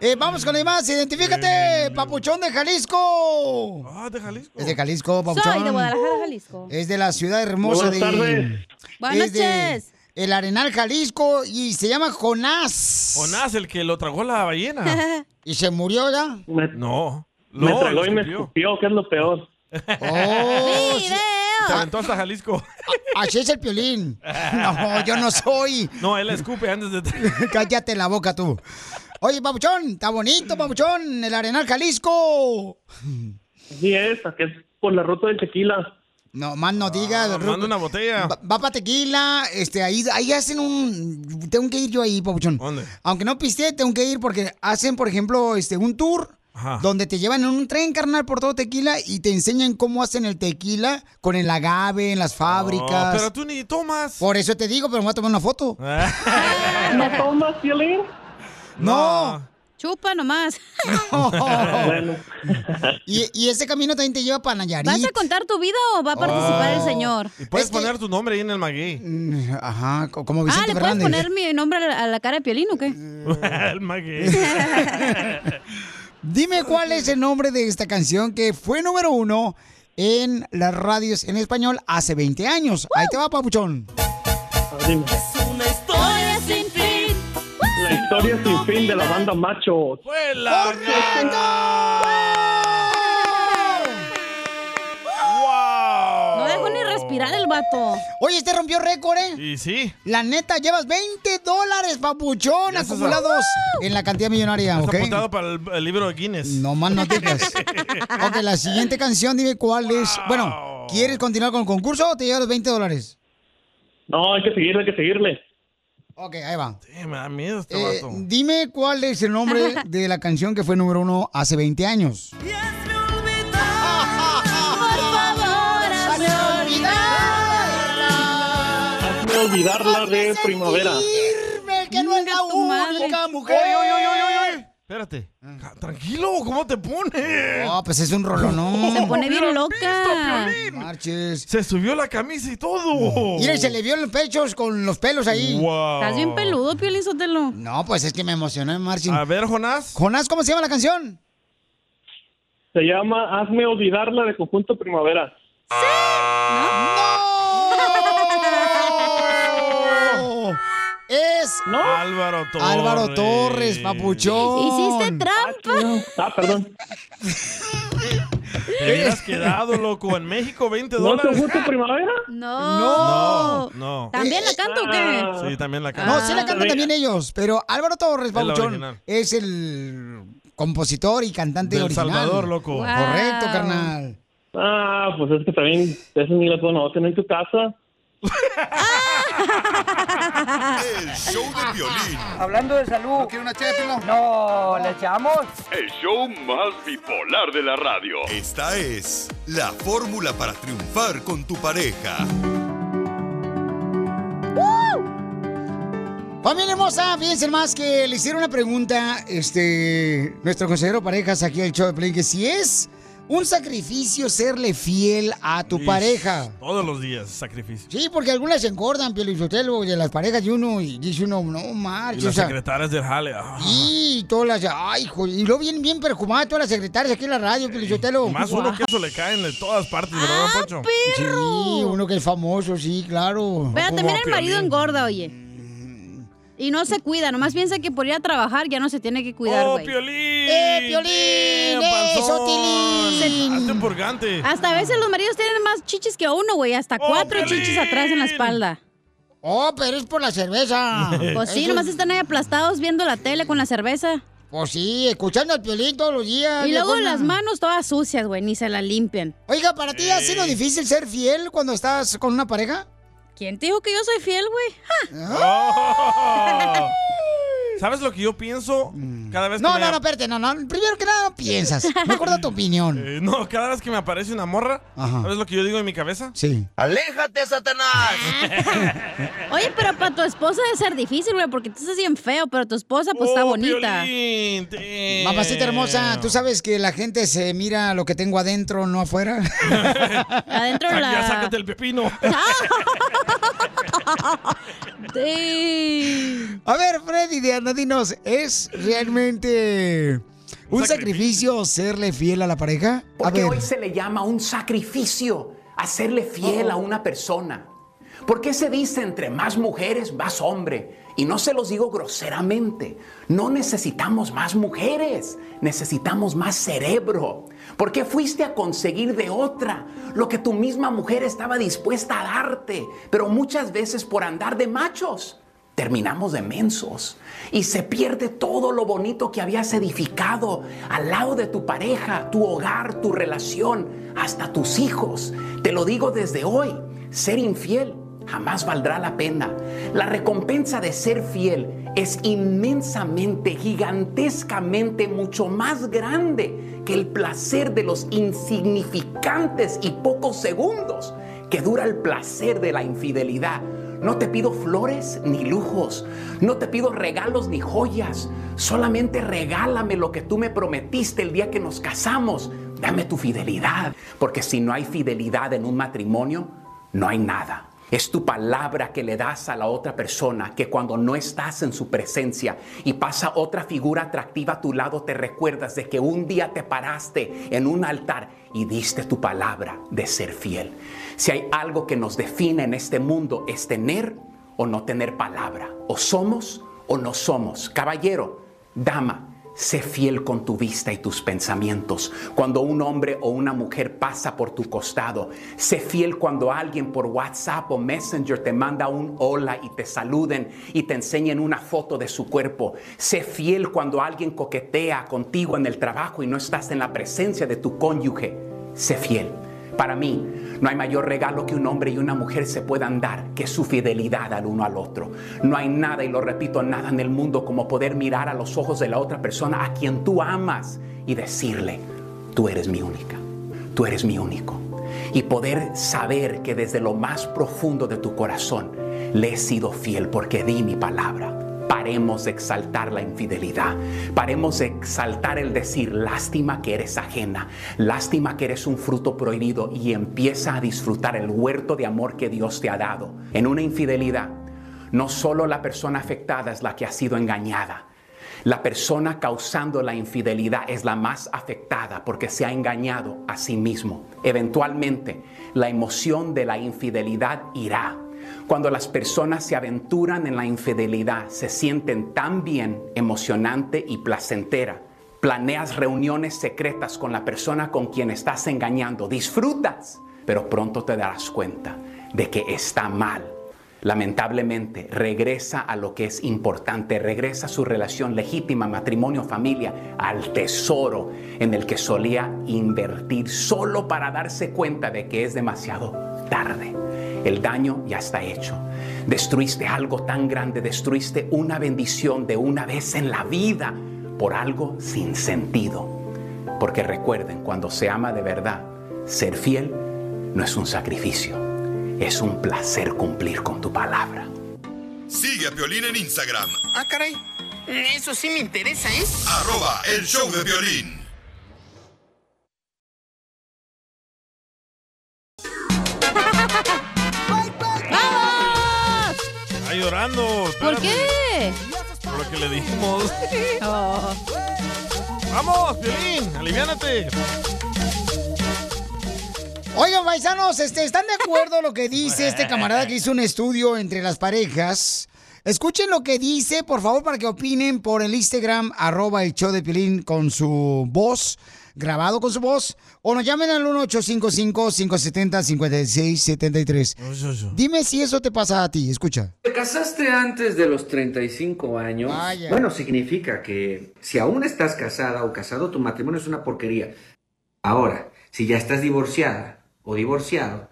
Eh, vamos con el más. Identifícate, Papuchón de Jalisco.
Mm. Ah, de Jalisco.
Es de Jalisco, Papuchón.
Soy de Guadalajara, Jalisco.
Es de la ciudad [laughs] hermosa
Buenas
de...
tardes.
Buenas
es de
noches.
El Arenal, Jalisco, y se llama Jonás.
Jonás, el que lo tragó la ballena.
[laughs] ¿Y se murió ya?
no.
Me
No,
tragó
lo
y me
escupió.
escupió, que es lo peor.
¡Oh! sí.
Se
[laughs]
aventó hasta Jalisco.
Así es el piolín. No, yo no soy.
No, él escupe antes de...
[laughs] Cállate la boca tú. Oye, Papuchón, está bonito, Papuchón, el Arenal Jalisco.
Así es, que es por la ruta del tequila.
No, más no digas. Ru-
manda una botella.
Va, va pa' tequila, este, ahí, ahí hacen un... Tengo que ir yo ahí, Papuchón.
¿Dónde?
Aunque no piste, tengo que ir porque hacen, por ejemplo, este, un tour
Ajá.
donde te llevan en un tren carnal por todo tequila y te enseñan cómo hacen el tequila con el agave en las fábricas.
Oh, pero tú ni tomas. Ah,
Por eso te digo, pero me voy a tomar una foto. [laughs]
¿No tomas, Piolín?
No.
Chupa nomás.
Oh.
[laughs] Bueno.
y, y ese camino también te lleva para Nayarit.
¿Vas a contar tu vida o va a participar
Oh.
Ah.
el señor?
Y puedes poner tu nombre ahí en el maguey.
Mm, Ajá, como
Ah, ¿le puedes poner mi nombre a la- a la cara de Piolín o qué?
[laughs] el maguey.
[laughs] Dime cuál es el nombre de esta canción que fue número uno en las radios en español hace 20 años. Ahí te va, papuchón.
Ah.
Una historia sin fin.
La historia sin fin de la banda Macho.
No dejo ni respirar el vato.
Oye, este rompió récord, ¿eh?
Y sí.
La neta, llevas 20 dólares, papuchón,
estás
acumulados
a-
en la cantidad millonaria,
Está
¿ok?
apuntado para el, el libro de Guinness.
No más no digas. Ok, la siguiente canción, dime cuál es. Bueno, ¿quieres continuar con el concurso o te llevas los 20 dólares?
[laughs] No, hay que seguirle, hay que seguirle.
Ok, ahí va.
Sí, me da miedo este
Eh,
vato.
dime cuál es el
[laughs]
nombre de la canción que fue número uno hace 20 años.
Por favor, hazme olvidarla.
Hazme olvidarla de primavera.
Dime que no es la única mujer.
Oye, oye, oye, oye, oye. Espérate. Ca- Tranquilo, ¿cómo te pones?
No, pues es un rolón,
[laughs]
¿no?
Se pone bien
Mira,
loca.
Marches.
Se subió la camisa y todo.
Mira, se le vio los pechos con los pelos ahí.
Wow.
Estás bien peludo, Piolín Sotelo.
No, pues es que me emocioné, Marcin.
A ver, Jonás.
Jonás, ¿cómo se llama la canción?
Se llama Hazme olvidarla de Conjunto Primavera.
[laughs]
Es
Álvaro Torres.
Álvaro Torres, papuchón.
Hiciste trampa.
Ah, perdón.
Te hubieras quedado, loco. En México, 20
¿No
dólares.
te gusta
primavera?
No.
No, no.
¿También la canto o qué?
Sí, también la canto.
No,
Ah.
sí la
Ah,
cantan también ellos, pero Álvaro Torres
Es la
Pabuchón
original.
es el compositor y cantante
Del
original.
Salvador, loco. Wow.
Correcto, carnal.
Ah, pues es que también eso ni la conocen en tu casa.
El show de violín.
Hablando de salud. ¿No quiere una ché, Pilón? No, ¿le echamos?
El show más bipolar de la radio.
Esta es la fórmula para triunfar con tu pareja.
Familia hermosa, fíjense más que le hicieron una pregunta, este, nuestro consejero parejas aquí al show de Play, que si es un sacrificio serle fiel a tu
Ish,
pareja.
Todos los días, sacrificio.
Sí, porque algunas se engordan, Pio Lizotelo, de las parejas de uno, y dice uno, no
Y
marches, o
las
sea,
secretarias del Jale. ah.
y todas las, ay, joder, y luego bien, bien perfumadas todas las secretarias aquí en la radio, Pio Lizotelo.
Y Más uno que eso le caen de todas partes, ¿verdad,
Ah.
don Poncho?
Sí, uno que es famoso, sí, claro.
Pero también el marido engorda, oye. Y no se cuida, nomás piensa que por ir a trabajar ya no se tiene que cuidar,
¡Oh,
güey.
Piolín!
¡Eh, Piolín! eh,
Hazte un purgante.
Hasta a veces los maridos tienen más chichis que uno, güey. Hasta
Oh,
cuatro chichis atrás en la espalda.
Oh, pero es por la cerveza.
Pues sí,
Eso-
nomás están ahí aplastados viendo la tele con la cerveza.
Pues sí, escuchando al Piolín todos los días.
Y luego
viejona.
las manos todas sucias, güey, ni se la limpian.
Oiga, ¿para ti ha sido difícil ser fiel cuando estás con una pareja?
¿Quién te dijo que yo soy fiel, güey?
¡Oh! ¿Sabes lo que yo pienso? Cada vez
[laughs]
que
Ah. Mm. No,
me
no,
ap-
no, espérate, no, no. Primero que nada,
[laughs]
piensas.
[laughs]
Mejor da tu opinión.
Eh, no, cada vez que me aparece una morra, ¿sabes lo que yo digo en mi cabeza?
Sí.
¡Aléjate, Satanás! [laughs] Oye, pero para tu esposa debe ser difícil, güey, porque tú estás bien feo, pero tu esposa pues está bonita.
Mamacita hermosa, tú sabes que la gente se mira lo que tengo adentro, no
[laughs]
afuera.
Adentro
Sa-
la...
Ya sácate el pepino. [laughs]
A ver, Freddy, Diana, dinos, ¿es realmente un sacrificio serle fiel a la pareja? A
Porque
ver.
hoy se le llama un sacrificio hacerle fiel a
Oh.
una persona. ¿Por qué se dice entre más mujeres, más hombre? Y no se los digo groseramente. No necesitamos más mujeres, necesitamos más cerebro. ¿Por qué fuiste a conseguir de otra lo que tu misma mujer estaba dispuesta a darte? Pero muchas veces por andar de machos terminamos de mensos y se pierde todo lo bonito que habías edificado al lado de tu pareja, tu hogar, tu relación, hasta tus hijos. Te lo digo desde hoy, ser infiel jamás valdrá la pena. La recompensa de ser fiel es inmensamente, gigantescamente, mucho más grande que el placer de los insignificantes y pocos segundos que dura el placer de la infidelidad. No te pido flores ni lujos, no te pido regalos ni joyas, solamente regálame lo que tú me prometiste el día que nos casamos, dame tu fidelidad, porque si no hay fidelidad en un matrimonio, no hay nada. Es tu palabra que le das a la otra persona que cuando no estás en su presencia y pasa otra figura atractiva a tu lado, te recuerdas de que un día te paraste en un altar y diste tu palabra de ser fiel. Si hay algo que nos define en este mundo es tener o no tener palabra. O somos o no somos. Caballero, dama, Sé fiel con tu vista y tus pensamientos. Cuando un hombre o una mujer pasa por tu costado, sé fiel cuando alguien por WhatsApp o Messenger te manda un hola y te saluden y te enseñen una foto de su cuerpo. Sé fiel cuando alguien coquetea contigo en el trabajo y no estás en la presencia de tu cónyuge. Sé fiel. Para mí, no hay mayor regalo que un hombre y una mujer se puedan dar que su fidelidad al uno al otro. No hay nada, y lo repito, nada en el mundo como poder mirar a los ojos de la otra persona a quien tú amas y decirle, tú eres mi única, tú eres mi único. Y poder saber que desde lo más profundo de tu corazón le he sido fiel porque di mi palabra. Paremos de exaltar la infidelidad. Paremos de exaltar el decir, lástima que eres ajena, lástima que eres un fruto prohibido y empieza a disfrutar el huerto de amor que Dios te ha dado. En una infidelidad, no solo la persona afectada es la que ha sido engañada, la persona causando la infidelidad es la más afectada porque se ha engañado a sí mismo. Eventualmente, la emoción de la infidelidad irá. Cuando las personas se aventuran en la infidelidad, se sienten tan bien, emocionante y placentera Planeas reuniones secretas con la persona con quien estás engañando. Disfrutas, pero pronto te darás cuenta de que está mal. Lamentablemente, regresa a lo que es importante, regresa a su relación legítima, matrimonio, familia, al tesoro en el que solía invertir solo para darse cuenta de que es demasiado tarde. El daño ya está hecho. Destruiste algo tan grande, destruiste una bendición de una vez en la vida por algo sin sentido. Porque recuerden, cuando se ama de verdad, ser fiel no es un sacrificio, es un placer cumplir con tu palabra.
Sigue a Piolín en Instagram,
Ah, caray. Eso sí me interesa, ¿eh?
arroba el show de [laughs] violín.
Ah,
¡Vamos!
Está llorando.
¿Por
espérame,
qué?
Por lo que le dijimos. Vamos, Piolín, aliviánate.
Oigan, paisanos, este, ¿están de acuerdo lo que dice este camarada que hizo un estudio entre las parejas? Escuchen lo que dice, por favor, para que opinen por el Instagram, arroba el show de Piolín con su voz, grabado con su voz, o nos llamen al 1-855-570-5673. Dime si eso te pasa a ti, escucha.
Te casaste antes de los 35 años.
Vaya.
Bueno, significa que si aún estás casada o casado, tu matrimonio es una porquería. Ahora, si ya estás divorciada o divorciado,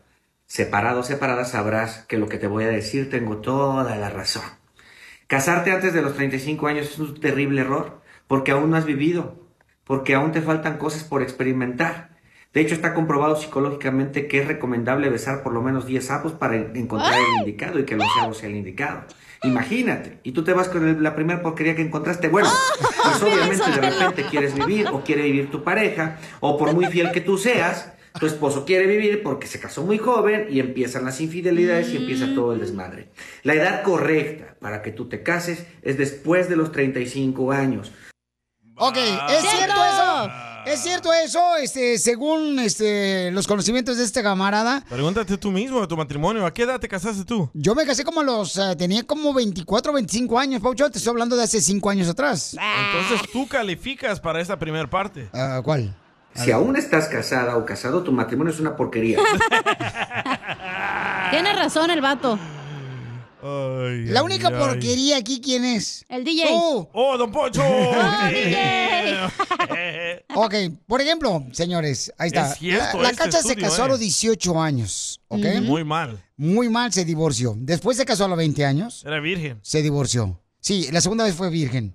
separado o separada, sabrás que lo que te voy a decir tengo toda la razón. Casarte antes de los 35 años es un terrible error, porque aún no has vivido, porque aún te faltan cosas por experimentar. De hecho, está comprobado psicológicamente que es recomendable besar por lo menos 10 sapos para en- encontrar el indicado y que el onceavo sea el indicado. Imagínate, y tú te vas con el- la primera porquería que encontraste. Bueno, pues obviamente de repente quieres vivir o quiere vivir tu pareja, o por muy fiel que tú seas, tu esposo quiere vivir porque se casó muy joven y empiezan las infidelidades y empieza todo el desmadre. La edad correcta para que tú te cases es después de los 35 años.
Ok, ¿es cierto eso? ¿Es cierto eso? Este, según este, los conocimientos de este camarada,
Pregúntate tú mismo de tu matrimonio. ¿A qué edad te casaste tú?
Yo me casé como a los. eh, tenía como 24, 25 años, Paucho. Te estoy hablando de hace 5 años
Ah,
atrás.
Entonces tú calificas para esta primera parte.
Ah, ¿Cuál?
Si aún estás casada o casado, tu matrimonio es una
[laughs]
porquería.
Tiene razón el vato.
La única porquería aquí, ¿quién
[laughs]
es?
El DJ.
Tú.
¡Oh, don
[laughs]
Pocho!
¡Oh, DJ!
Ok, por ejemplo, señores, ahí está.
Es cierto,
la la
este
Cacha se
estudio,
casó a
eh.
los 18 años, ¿ok?
Ujú. Muy mal.
Muy mal se divorció. Después se casó a los 20 años,
Era virgen.
se divorció. Sí, la segunda vez fue virgen.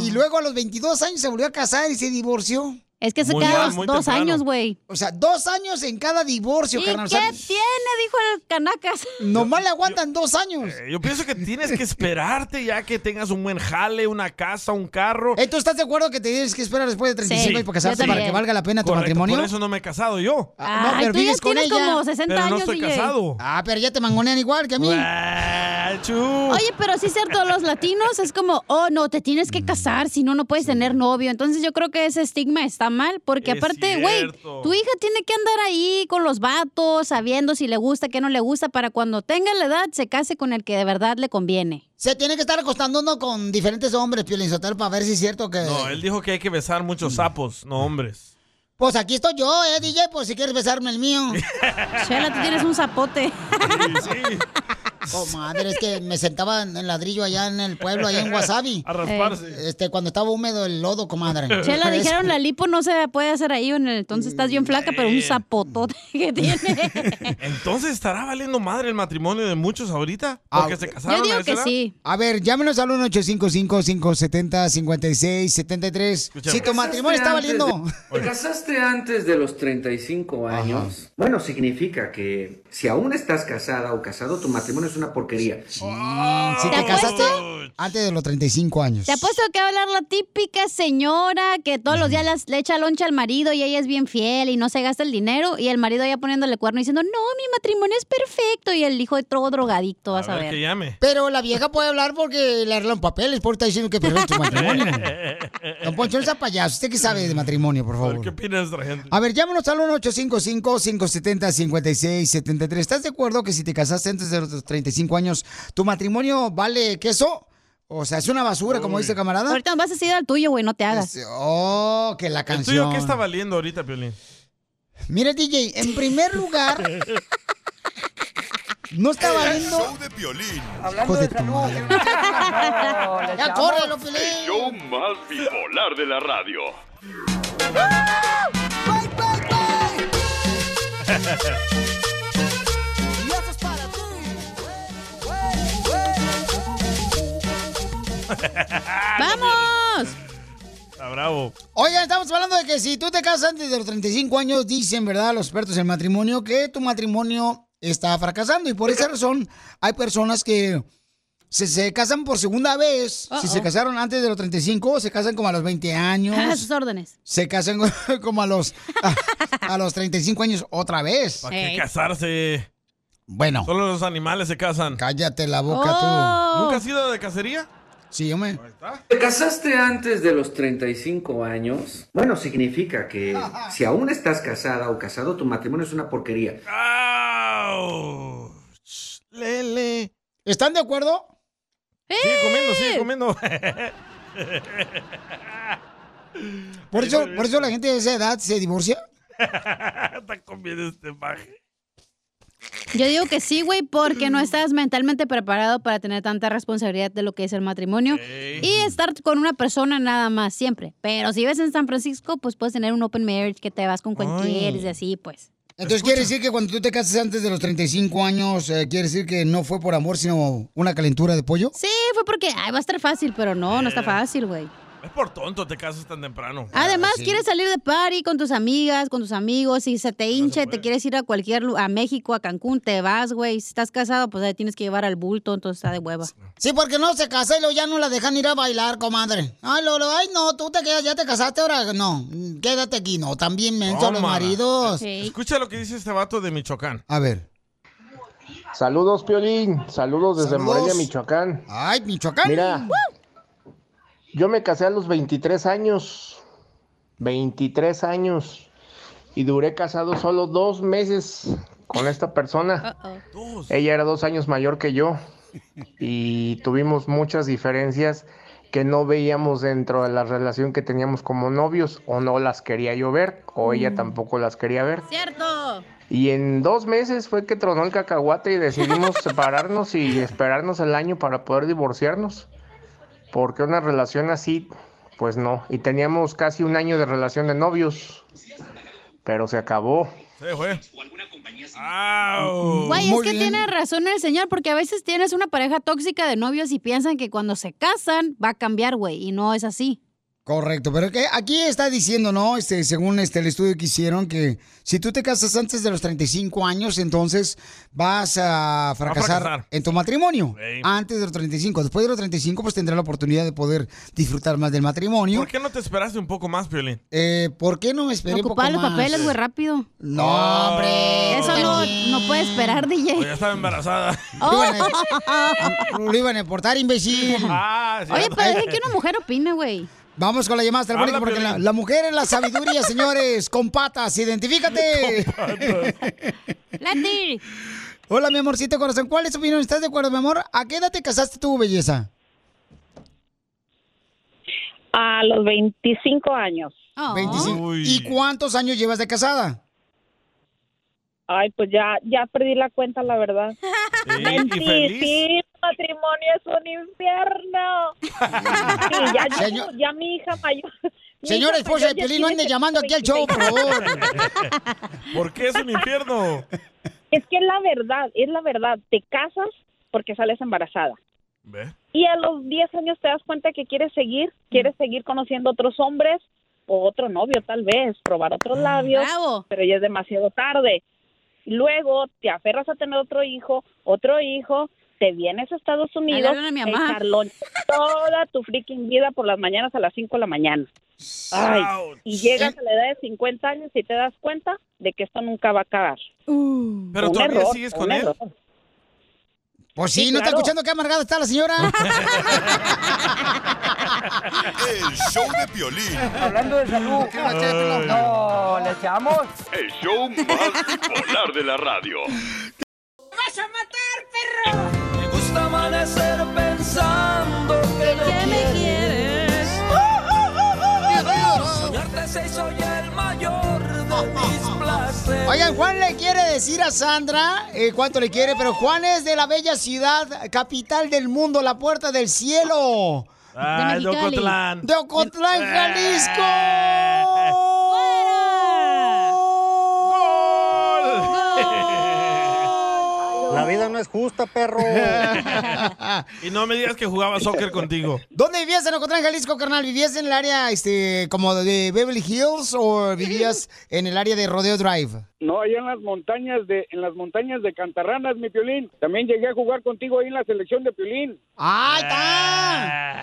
Y luego a los 22 años se volvió a casar y se divorció.
Es que se Muy queda mal, dos- muy dos temprano. años, güey.
O sea, dos años en cada divorcio,
¿Y
carnal.
qué tiene? Dijo el canacas.
Nomás le aguantan dos años.
Eh, Yo pienso que tienes que esperarte ya que tengas un buen jale, una casa, un carro.
Eh, ¿Tú estás de acuerdo que te tienes que esperar después de 35 años para casarte para que valga la pena tu
Correcto,
matrimonio?
Por eso no me he casado yo.
Ah, no, pero vives con ella.
Pero no estoy casado.
Ah, pero ya te mangonean igual que a mí.
Oye, pero sí es cierto, los latinos es como, oh, no, te tienes
Mm,
que casar, si no, no puedes tener novio. Entonces yo creo que ese estigma está mal, porque
Es
aparte, güey,
cierto.
tu hija tiene que andar ahí con los vatos, sabiendo si le gusta, qué no le gusta, para cuando tenga la edad se case con el que de verdad le conviene.
Se tiene que estar acostando uno con diferentes hombres, Piolín Sotelo, para ver si es cierto que...
No, él dijo que hay que besar muchos sapos, no hombres.
Pues aquí estoy yo, eh, DJ, por si quieres besarme el mío.
[laughs] Chela, tú tienes un zapote.
Comadre, es que me sentaba en el ladrillo allá en el pueblo, allá
[laughs]
en Wasabi.
A rasparse.
Este, cuando estaba húmedo el lodo, comadre.
[laughs]
[laughs]
Este,
Chela, dijeron la lipo no se puede hacer ahí, en el- entonces estás bien flaca, pero un zapotote que tiene.
Entonces, ¿estará valiendo madre el matrimonio de muchos ahorita? Porque
Ah,
se casaron a esa edad?
A ver, llámenos al 1-855-570-5673. Si tu matrimonio está valiendo.
¿Te casaste antes de los 35 años? Bueno, significa que si aún estás casada o casado, tu matrimonio es una porquería.
[laughs] Si
¿Te
te casaste
apuesto?
antes de los 35 años.
Te apuesto que va a hablar la típica señora que todos los días las- le echa loncha al marido y ella es bien fiel y no se gasta el dinero y el marido ya poniéndole cuerno diciendo, no, mi matrimonio es perfecto y el hijo de todo drogadicto, vas a, ver.
llame.
Pero la vieja puede hablar porque le arreglan papeles, por estar diciendo que perdió
[laughs]
tu matrimonio.
Eh,
Don Poncho, no sea payaso. ¿Usted qué sabe de matrimonio, por
¿Qué
favor?
opina nuestra gente?
A ver, llámanos al 1-855-570-5673. ¿Estás de acuerdo que si te casaste antes de los 35 años, tu matrimonio vale queso? O sea, es una basura, como dice el camarada.
Ahorita vas a decir al tuyo, güey, no te hagas.
Oh, que la
¿El
canción.
tuyo qué está valiendo ahorita, Piolín?
Mira, DJ, en primer lugar, no está valiendo.
El show de Piolín.
Hablando de salud. ya córrelo, Piolín.
El show más bipolar de la radio.
¡Vamos!
Está bravo.
Oigan, estamos hablando de que si tú te casas antes de los 35 años, dicen, ¿verdad? Los expertos en matrimonio, que tu matrimonio está fracasando. Y por esa razón hay personas que se, se casan por segunda vez. Si
Uh-oh.
se casaron antes de los 35, se casan como a los 20
[laughs] A sus
años.
órdenes.
Se casan [laughs] como a los, a, a los 35 años otra vez.
¿Para qué casarse?
Bueno.
Solo los animales se casan.
Cállate la
boca,
tú. Oh.
¿Nunca has ido de cacería?
Sí, hombre.
¿Te casaste antes de los 35 años? Bueno, significa que si aún estás casada o casado, tu matrimonio es una porquería.
Lele.
¿Están de acuerdo?
Sigue comiendo, sigue comiendo. [laughs]
Por eso, por eso la gente de esa edad se divorcia.
Está comiendo este maje.
Yo digo que sí, güey, porque no estás mentalmente preparado para tener tanta responsabilidad de lo que es el matrimonio
Ey.
y estar con una persona nada más siempre. Pero si ves en San Francisco, pues puedes tener un open marriage que te vas con quien
Ay.
quieres y así, pues.
Entonces quiere decir que cuando tú te casas antes de los 35 años, eh, quiere decir que no fue por amor, sino una calentura de pollo.
Sí, fue porque ay, va a estar fácil, pero no, no está
Eh.
fácil, güey.
Es por tonto, te casas tan temprano.
Además, quieres salir de party con tus amigas, con tus amigos, y se te hincha y te quieres ir a cualquier lugar, a México, a Cancún, te vas, güey. Si estás casado, pues ahí tienes que llevar al bulto, entonces está de hueva.
Sí, porque no se casa y luego ya no la dejan ir a bailar, comadre. Ay, Lolo, ay, no, tú te quedas, ya te casaste ahora. No, mm, quédate aquí, no, también menso a los
Tómala.
maridos.
Escucha lo que dice este vato de Michoacán.
A ver.
Saludos, Piolín. Saludos desde
Saludos.
Morelia, Michoacán.
Ay, Michoacán.
Mira, yo me casé a los 23 años. 23 años. Y duré casado solo dos meses con esta persona. Ella era dos años mayor que yo. Y tuvimos muchas diferencias que no veíamos dentro de la relación que teníamos como novios. O no las quería yo ver, o ella
Mm.
tampoco las quería ver.
¡Cierto!
Y en dos meses fue que tronó el cacahuate y decidimos [laughs] separarnos y esperarnos el año para poder divorciarnos. Porque una relación así, pues no. Y teníamos casi un año de relación de novios. Pero se acabó.
Se fue. Oh,
Güey, es que tiene razón el señor, porque a veces tienes una pareja tóxica de novios y piensan que cuando se casan va a cambiar, güey, y no es así.
Correcto, pero que aquí está diciendo, ¿no? Este, según este, el estudio que hicieron, que si tú te casas antes de los 35 años, entonces vas a fracasar,
fracasar.
en tu matrimonio.
Ey.
Antes de los 35. Después de los 35, pues tendrás la oportunidad de poder disfrutar más del matrimonio.
¿Por qué no te esperaste un poco más, Piolín?
Eh, ¿Por qué no me esperé un
Ocupar
poco
los
más?
papeles, güey, rápido.
No,
Oh.
hombre.
Eso no, no puede esperar, DJ.
O Pues ya estaba embarazada.
Oh.
Lo iban a- Lo iban a deportar,
[laughs]
imbécil.
Ah,
Oye, pero deje que una mujer opine, güey.
Vamos con la llamada telefónica porque la, la mujer es la sabiduría, [laughs] señores. Con patas, identifícate.
Lati.
Hola, mi amorcito corazón. ¿Cuál es tu opinión? ¿Estás de acuerdo, mi amor? ¿A qué edad te casaste tú, belleza?
A los 25 años.
Ah.
25. ¿Y cuántos años llevas de casada?
Ay, pues ya, ya perdí la cuenta, la
[laughs]
verdad.
y
Mentí,
feliz.
sí, matrimonio es un
[laughs]
infierno. Sí, ya,
Señor-
ya mi hija mayor. [laughs] mi
Señora
hija
esposa de
mayor ya
Piolín, no
tiene
ande llamando aquí al show, por favor.
[laughs] ¿Por qué es un infierno?
Es que es la verdad, es la verdad. Te casas porque sales embarazada.
¿Ve?
Y a los 10 años te das cuenta que quieres seguir, quieres seguir conociendo otros hombres o otro novio tal vez, probar
Ah,
otros labios, pero ya es demasiado tarde. Luego te aferras a tener otro hijo, otro hijo, te vienes a Estados Unidos,
hablan a mi
y
mamá.
toda tu freaking vida por las mañanas a las 5 de la mañana. Ay, y llegas a la edad de 50 años y te das cuenta de que esto nunca va a acabar.
Uh.
Pero
Un
todavía
error,
sigues
un
con él.
¿Eh?
error.
Pues sí,
Sí,
¿no está
claro.
escuchando qué amargada está la señora?
El show de Piolín.
Hablando de salud. ¿Quieres una chela, Pilón? No, ¿le echamos?
El show más bipolar de la radio.
Me gusta amanecer pensando que
Oigan, Juan le quiere decir a Sandra eh, cuánto le quiere, pero Juan es de la bella ciudad, capital del mundo, la puerta del cielo.
Ah, de Mexicali. Ocotlán.
De Ocotlán,
Eh.
Jalisco.
La vida no es justa, perro.
[laughs] y no me digas que jugaba soccer contigo.
¿Dónde vivías en Ocotlán, Jalisco, carnal? ¿Vivías en el área este, como de Beverly Hills o vivías en el área de Rodeo Drive?
No, allá en las montañas de en las montañas de Cantarranas, mi Piolín. También llegué a jugar contigo ahí en la selección de Piolín.
¡Ah,
Eh.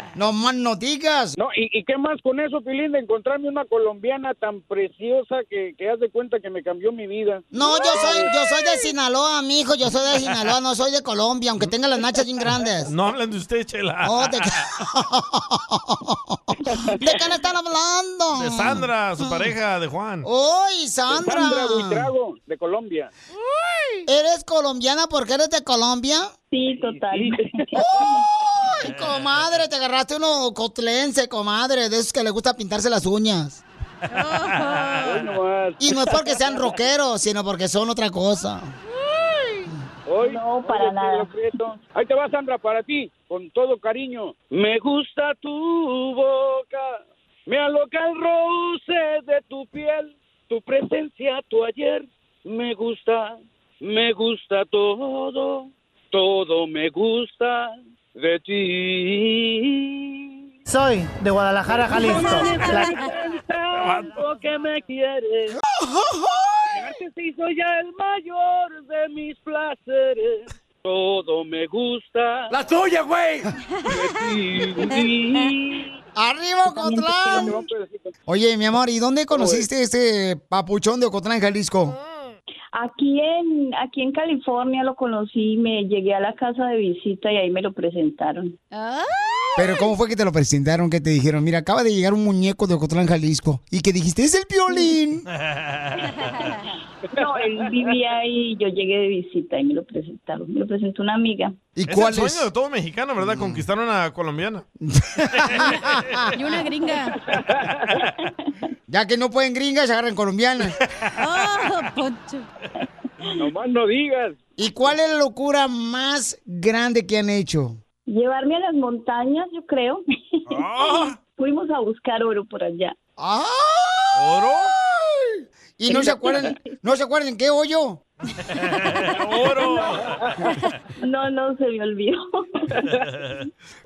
está! No más noticas.
No, ¿y, y qué más con eso, Piolín, de encontrarme una colombiana tan preciosa que, que haz de cuenta que me cambió mi vida?
No, yo soy, yo soy de Sinaloa, mijo. Yo soy de Sinaloa, no soy de Colombia, aunque tenga las nachas bien grandes.
No hablan de usted, Chela.
Oh, de... ¿De qué le están hablando?
De Sandra, su pareja, de Juan.
¡Uy, Oh. Sandra!
Sandra Buitrago, de Colombia.
¿Eres colombiana porque eres de Colombia?
Sí, total.
[laughs] ¡Uy, comadre! Te agarraste uno cotlense, comadre, de esos que le gusta pintarse las uñas. Y no es porque sean rockeros, sino porque son otra cosa.
Hoy, no, para oye, nada. Ahí te va, Sandra, para ti, con todo cariño. Me gusta tu boca, me aloca el roce de tu piel, tu presencia, tu ayer. Me gusta, me gusta todo, todo me gusta de ti.
Soy de Guadalajara, Jalisco.
Tanto que me
[laughs]
quieres. Si soy ya el mayor de mis placeres. Todo me gusta.
¡La tuya, güey!
¡Arriba, Ocotlán! Oye, mi amor, ¿y dónde conociste este papuchón de Ocotlán, Jalisco?
Aquí en, aquí en California lo conocí, me llegué a la casa de visita y ahí me lo presentaron.
Ah,
Pero ¿cómo fue que te lo presentaron? Que te dijeron, mira, acaba de llegar un muñeco de Ocotlán, Jalisco. Y que dijiste, es el violín.
[laughs]
[laughs]
No, él vivía ahí, yo llegué de visita y me lo presentaron. Me lo presentó una amiga.
¿Y cuál es el sueño de todo mexicano, ¿verdad?
Mm.
Conquistar a una colombiana.
Y una gringa.
[laughs] Ya que no pueden gringas, agarran colombianas.
Oh, Poncho.
Nomás no digas.
¿Y cuál es la locura más grande que han hecho?
Llevarme a las montañas, yo creo. [laughs] Fuimos a buscar oro por allá.
¡Ah!
¿Oro?
¿Y no se acuerdan, no se acuerdan qué hoyo?
[laughs]
¡Oro!
No, no, se me olvidó.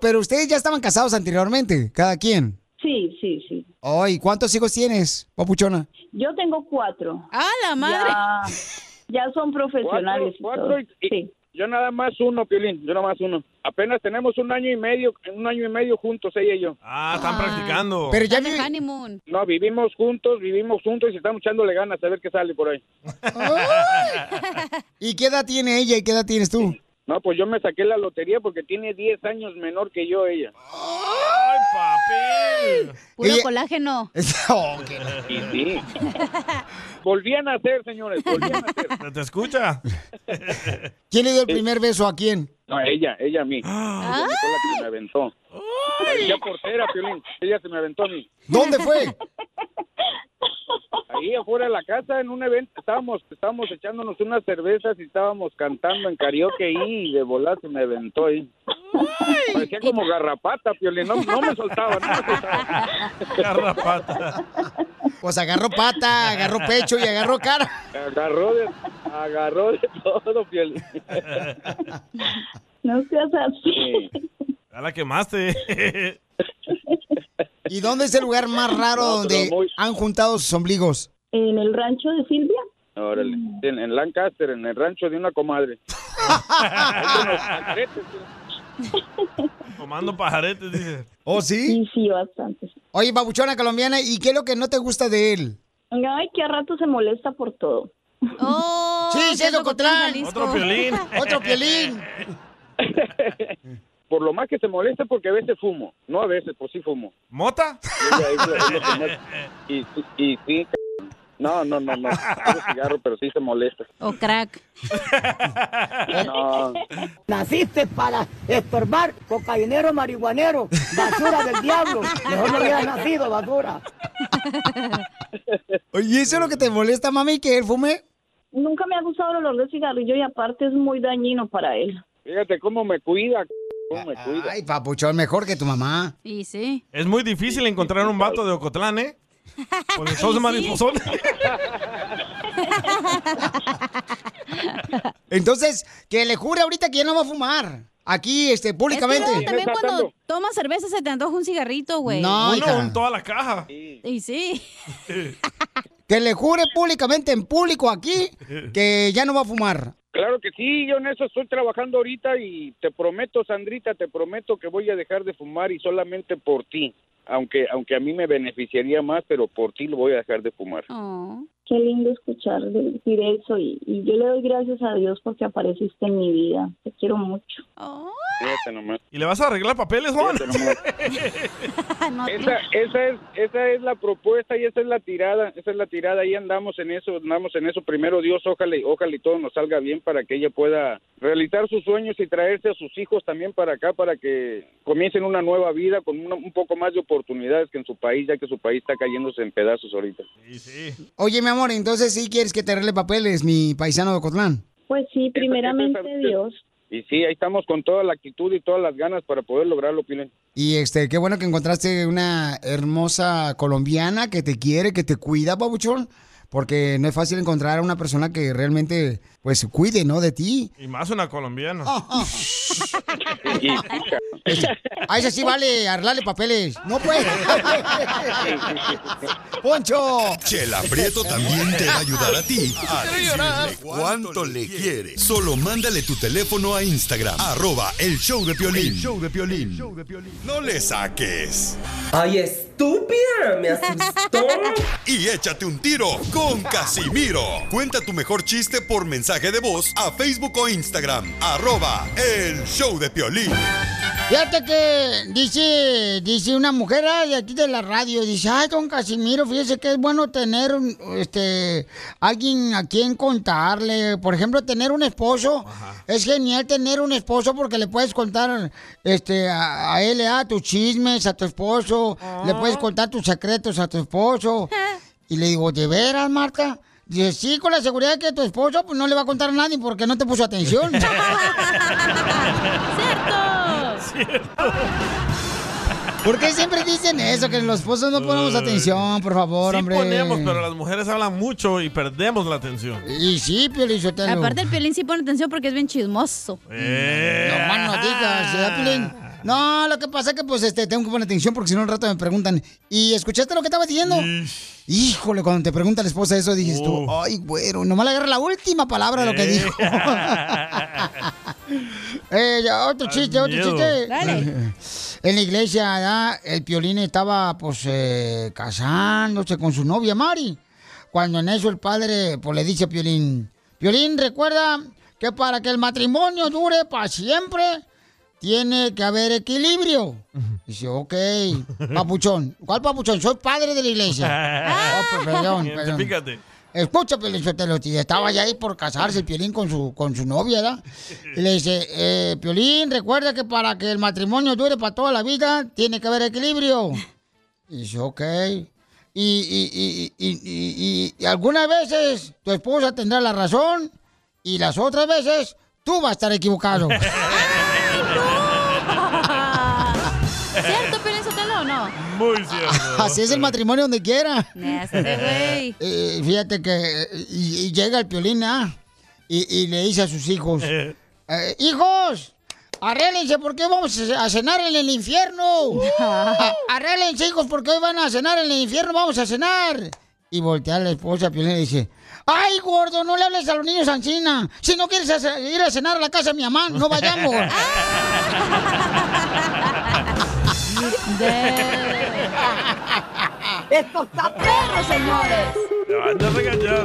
Pero ustedes ya estaban casados anteriormente, cada quien.
Sí, sí, sí.
Oh, ¿y cuántos hijos tienes,
[laughs]
papuchona?
Yo tengo cuatro.
¡Ah, la madre!
[laughs] Ya, ya son profesionales.
Cuatro,
y
cuatro
todo.
y-
Sí.
Yo nada más uno, Piolín, yo nada más uno. Apenas tenemos un año y medio, un año y medio juntos ella y yo.
Ah, están practicando.
Pero ya
De honeymoon.
No, vivimos juntos, vivimos juntos y estamos echándole ganas a ver qué sale por ahí.
¿Y qué edad tiene ella y qué edad tienes tú?
No, pues yo me saqué la lotería porque tiene 10 años menor que yo ella.
¡Ay, papi!
Puro
Ella-
colágeno.
Y sí. Volví a nacer, señores, volví a nacer.
¿Te, te escucha?
[laughs] ¿Quién le dio el primer beso a quién?
No, ella, ella a mí.
Ah.
Ella fue la que me aventó. Parecía portera, Piolín. Ella se me aventó a mí.
¿Dónde fue?
[laughs] Ahí afuera de la casa, en un evento, estábamos, estábamos echándonos unas cervezas y estábamos cantando en karaoke y de volar se me aventó ahí. Parecía como garrapata, Piolín. No, no me soltaba, no me soltaba.
Garrapata.
Pues agarró pata, [laughs] agarró pecho y agarró cara.
Agarró de, agarró de todo,
[laughs]
Piolín.
No seas así.
Ya la quemaste. [laughs]
¿Y dónde es el lugar más raro
No, pero
donde
muy-
han juntado sus ombligos?
En el rancho de Silvia.
Órale. En, en Lancaster, en el rancho de una
[laughs]
comadre.
Tomando pajaretes, dice.
¿Oh, sí?
Sí, sí, bastante.
Oye, babuchona colombiana, ¿y qué es lo que no te gusta de él?
Ay, que a rato se molesta por todo.
Oh,
Sí, sí,
de
es Ocotlán.
Jalisco.
Otro violín.
[laughs] Otro piolín.
[laughs] Por lo más que se molesta porque a veces fumo. No a veces, pues sí fumo.
¿Mota?
Es lo- es lo que
[laughs]
más- Y, sí- y sí, c- no, no, no, no. Fumo cigarro, pero sí se
[laughs]
molesta.
O crack.
No.
Naciste para estorbar
[laughs]
cocainero marihuanero, basura del diablo. Mejor no hubieras nacido, basura.
Oye, ¿eso es lo que te molesta, mami, que él fume?
Nunca me ha gustado el olor de cigarrillo y aparte es muy dañino para él.
Fíjate cómo me cuida, c- cómo me cuida.
Ay, papuchón, mejor que tu mamá.
Y sí.
Es muy difícil encontrar un vato de Ocotlán, ¿eh?
[laughs]
Porque sos
Sí.
mariposón.
Entonces, que le jure ahorita que ya no va a fumar. Aquí, este,
Es que luego
públicamente.
también cuando tomas cerveza se te antoja un cigarrito, güey.
No, Uno, hija. un
toda la caja.
Y sí.
Que le jure públicamente, en público aquí, que ya no va a fumar.
Claro que sí, yo en eso estoy trabajando ahorita y te prometo, Sandrita, te prometo que voy a dejar de fumar y solamente por ti. Aunque, aunque a mí me beneficiaría más, pero por ti lo voy a dejar de fumar.
Qué lindo escuchar decir eso y, y yo le doy gracias a Dios porque apareciste en mi vida. Te quiero mucho.
Fíjate nomás.
¿Y le vas a arreglar papeles, Juan?
Esa, esa es, esa es la propuesta y esa es la tirada, esa es la tirada, ahí andamos en eso, andamos en eso, primero Dios, ojalá y, ojalá y todo nos salga bien para que ella pueda realizar sus sueños y traerse a sus hijos también para acá, para que comiencen una nueva vida con una- un poco más de oportunidades que en su país, ya que su país está cayéndose en pedazos ahorita.
Oye, mi amor, entonces sí quieres que te arregle papeles, mi paisano de Cotlán.
Pues sí, primeramente Dios.
Y sí, ahí estamos con toda la actitud y todas las ganas para poder lograrlo, Pilen.
Y este, qué bueno que encontraste una hermosa colombiana que te quiere, que te cuida, babuchón. Porque no es fácil encontrar a una persona que realmente, pues, cuide, ¿no? De ti.
[laughs] Y más una colombiana.
Oh, A Ah, esa sí vale arreglarle papeles. No puede.
[laughs]
[laughs]
¡Poncho!
Chela Prieto también te va a ayudar a ti a decirle cuánto le quiere. Solo mándale tu teléfono a Instagram, arroba el show de Piolín. No le saques.
¡Ay, estúpida! Me asustó.
Y échate un tiro con Casimiro. Cuenta tu mejor chiste por mensaje de voz a Facebook o Instagram, arroba el show de Piolín.
Fíjate que dice, dice una mujer ah, de aquí de la radio, dice, ay, don Casimiro, fíjese que es bueno tener un, este alguien a quien contarle. Por ejemplo, tener un esposo. Es genial tener un esposo porque le puedes contar este a, a él, ah, tus chismes a tu esposo, le puedes contar tus secretos a tu esposo. Y le digo, ¿de veras, Marta? Dice, sí, con la seguridad que tu esposo pues, no le va a contar a nadie porque no te puso atención. ¿Por qué siempre dicen eso? Que los esposos no ponemos atención, por favor,
sí
hombre.
ponemos, pero las mujeres hablan mucho y perdemos la atención.
Y sí, Piolizotelo.
Aparte el piolín sí pone atención porque es bien
[laughs]
chismoso.
Eh.
No más no digas, ¿verdad, Piolín? No, lo que pasa es que pues este tengo que poner atención porque si no al rato me preguntan, ¿y escuchaste lo que estaba diciendo? Híjole, cuando te pregunta la esposa eso, dices tú, ay, güero, nomás le agarra la última palabra de lo que dijo. Eh, ya, otro
Al
chiste, otro
miedo.
chiste.
Dale.
En la iglesia, ¿verdad? el piolín estaba, pues, eh, casándose con su novia Mari. Cuando en eso el padre, pues, le dice a Piolín, Piolín, recuerda que para que el matrimonio dure para siempre, tiene que haber equilibrio. Dice,
[laughs]
ok, papuchón. ¿Cuál papuchón? Soy padre de la
[laughs]
iglesia. Oh, pues, [laughs] perdón, perdón.
Identifícate.
Escucha, Piolín Sotelo, si estaba ya ahí por casarse el Piolín con su, con su novia, ¿verdad? Y le dice, eh, Piolín, recuerda que para que el matrimonio dure para toda la vida, tiene que haber equilibrio. Y dice, ok. Y, y- y- y- y- y- y algunas veces tu esposa tendrá la razón y las otras veces tú vas a estar equivocado.
¿Cierto, Piolín Sotelo o no?
Muy cierto.
Así es el matrimonio donde quiera. [laughs]
Este güey.
Eh, fíjate que eh, y, y llega el piolín, ¿ah? Y, y le dice a sus hijos: eh, ¡Hijos! Arréglense porque hoy vamos a cenar en el infierno. A- Arréglense, hijos, porque hoy van a cenar en el infierno. Vamos a cenar. Y voltea la esposa Piolín y le dice: ¡Ay, gordo! No le hables a los niños Ancina. Si no quieres hacer- ir a cenar a la casa de mi mamá, no vayamos.
[laughs]
[laughs]
[laughs]
¡Esto está perro, señores!
Te van a regañar.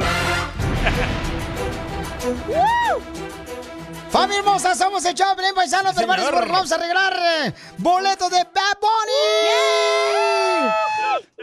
¡Familia hermosa! Somos el show, de Piolín, Paisanos, hermanos, porque vamos a arreglar eh, boletos de Bad Bunny.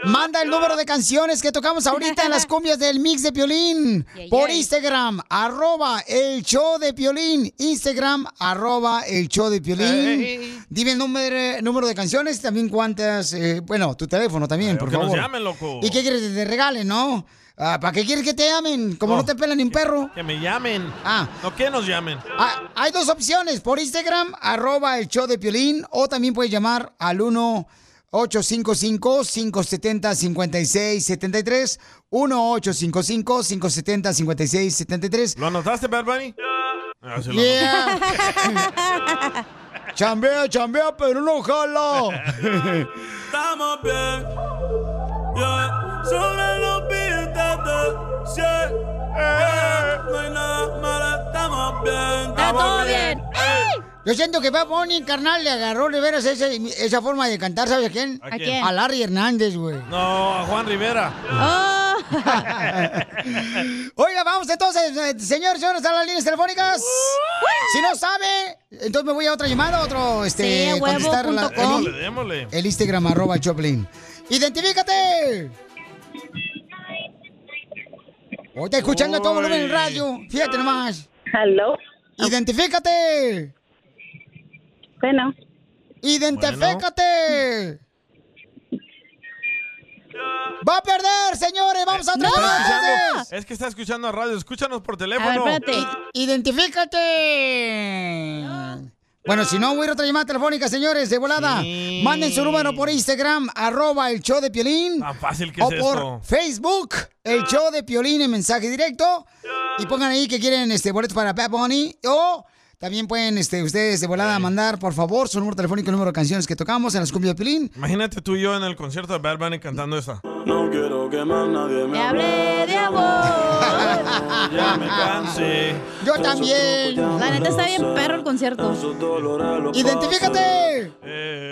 Manda el número de canciones que tocamos ahorita en las cumbias del mix de Piolín por Instagram, arroba el show de Piolín, Instagram, arroba el show de Piolín. Dime el número, número de canciones, también cuántas, eh, bueno, tu teléfono también, por
que nos
favor.
llamen, loco.
¿Y qué quieres que te regalen, no? Ah, ¿Para qué quieres que te amen? Como
Oh.
no te pelan ni un perro.
Que me llamen.
Ah.
No que nos llamen.
Ah, hay dos opciones, por Instagram, arroba el show de Piolín, o también puedes llamar al 1-855-570-5673, 1-855-570-5673.
¿Lo anotaste, Bad Bunny? Ah, sí lo [laughs]
Yeah. chambea, chambea, pero no jala.
Estamos bien. Yeah. Sobre los billetes de 100. Yeah. No hay nada malo, estamos bien.
Yo siento que Bad Bunny, carnal, le agarró de veras ese- esa forma de cantar, ¿sabes a quién?
¿A quién?
A Larry Hernández, güey.
No, a Juan Rivera.
Oh. Ah. [laughs] Oiga, vamos entonces, eh, señor, señor, ¿están las líneas telefónicas? Si no sabe, entonces me voy a otra llamada, otro, este,
Sí, a huevo
contestar la-
punto com.
el,
Démosle, démosle.
el Instagram, arroba el Choplin.
[laughs]
¡Identifícate! Hoy está escuchando a todo volumen el radio, fíjate nomás.
Hello.
¡Identifícate!
Bueno.
¡Identifícate! ¡Va a perder, señores! ¡Vamos a otra llamada, entonces!
Es que está escuchando a radio. Escúchanos por
A ver,
teléfono.
espérate. ¡Identifícate! Bueno, si no, voy a ir a otra llamada telefónica, señores, de volada. Manden su número por Instagram, arroba el show de Piolín.
fácil que
o
es
por
esto.
Facebook, el show de Piolín en mensaje directo. Y pongan ahí que quieren este boletos para Bad Bunny. O también pueden este, ustedes de volada mandar, por favor, su número telefónico, el número de canciones que tocamos en las cumbias de Piolín.
Imagínate tú y yo en el concierto de Bad Bunny cantando esa.
No quiero que más nadie me
Hablé de amor.
Ya me cansé.
Yo también.
La neta está bien perro el concierto.
¡Identifícate!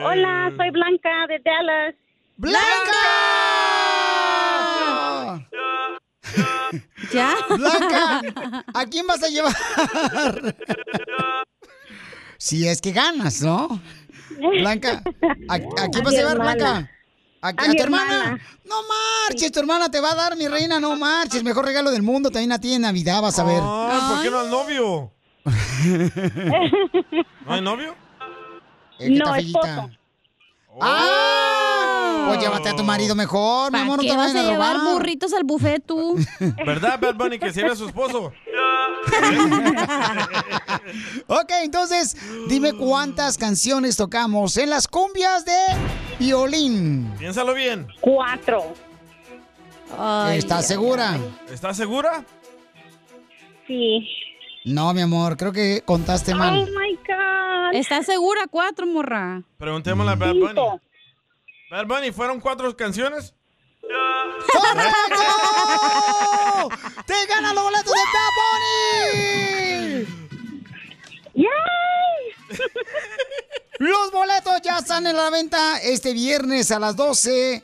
Hola, soy Blanca de Dallas.
¡Blanca!
¿Ya?
[laughs] Blanca, ¿a quién vas a llevar? Si es que ganas, ¿no? Blanca, ¿a, a quién
A
vas
mi
a llevar,
hermana.
Blanca? ¿A,
A
a
mi
tu hermana?
hermana.
No marches, tu hermana te va a dar, mi reina, no marches. Mejor regalo del mundo también a ti en Navidad, vas a ver.
Ah, ¿Por qué no al novio? ¿No hay novio?
Eh, que está feillita. ¡Ah! Pues llévate a tu marido mejor, mi
¿Para
amor, no
qué
te
vas
vayan
a
a
llevar
robar.
burritos al buffet tú?
¿Verdad, Bad Bunny, que se ve a su esposo?
Ok, entonces, dime cuántas canciones tocamos en las cumbias de violín.
Piénsalo bien.
Cuatro.
¿Estás segura?
¿Estás segura?
Sí.
No, mi amor, creo que contaste mal.
Oh my God.
¿Estás segura? Cuatro, morra.
Preguntémosle a Bad Bunny. Bad Bunny, ¿fueron cuatro canciones?
¡Correcto! ¡Oh! ¡Te ganan los boletos de Bad Bunny! [laughs] Los boletos ya están en la venta este viernes a las 12.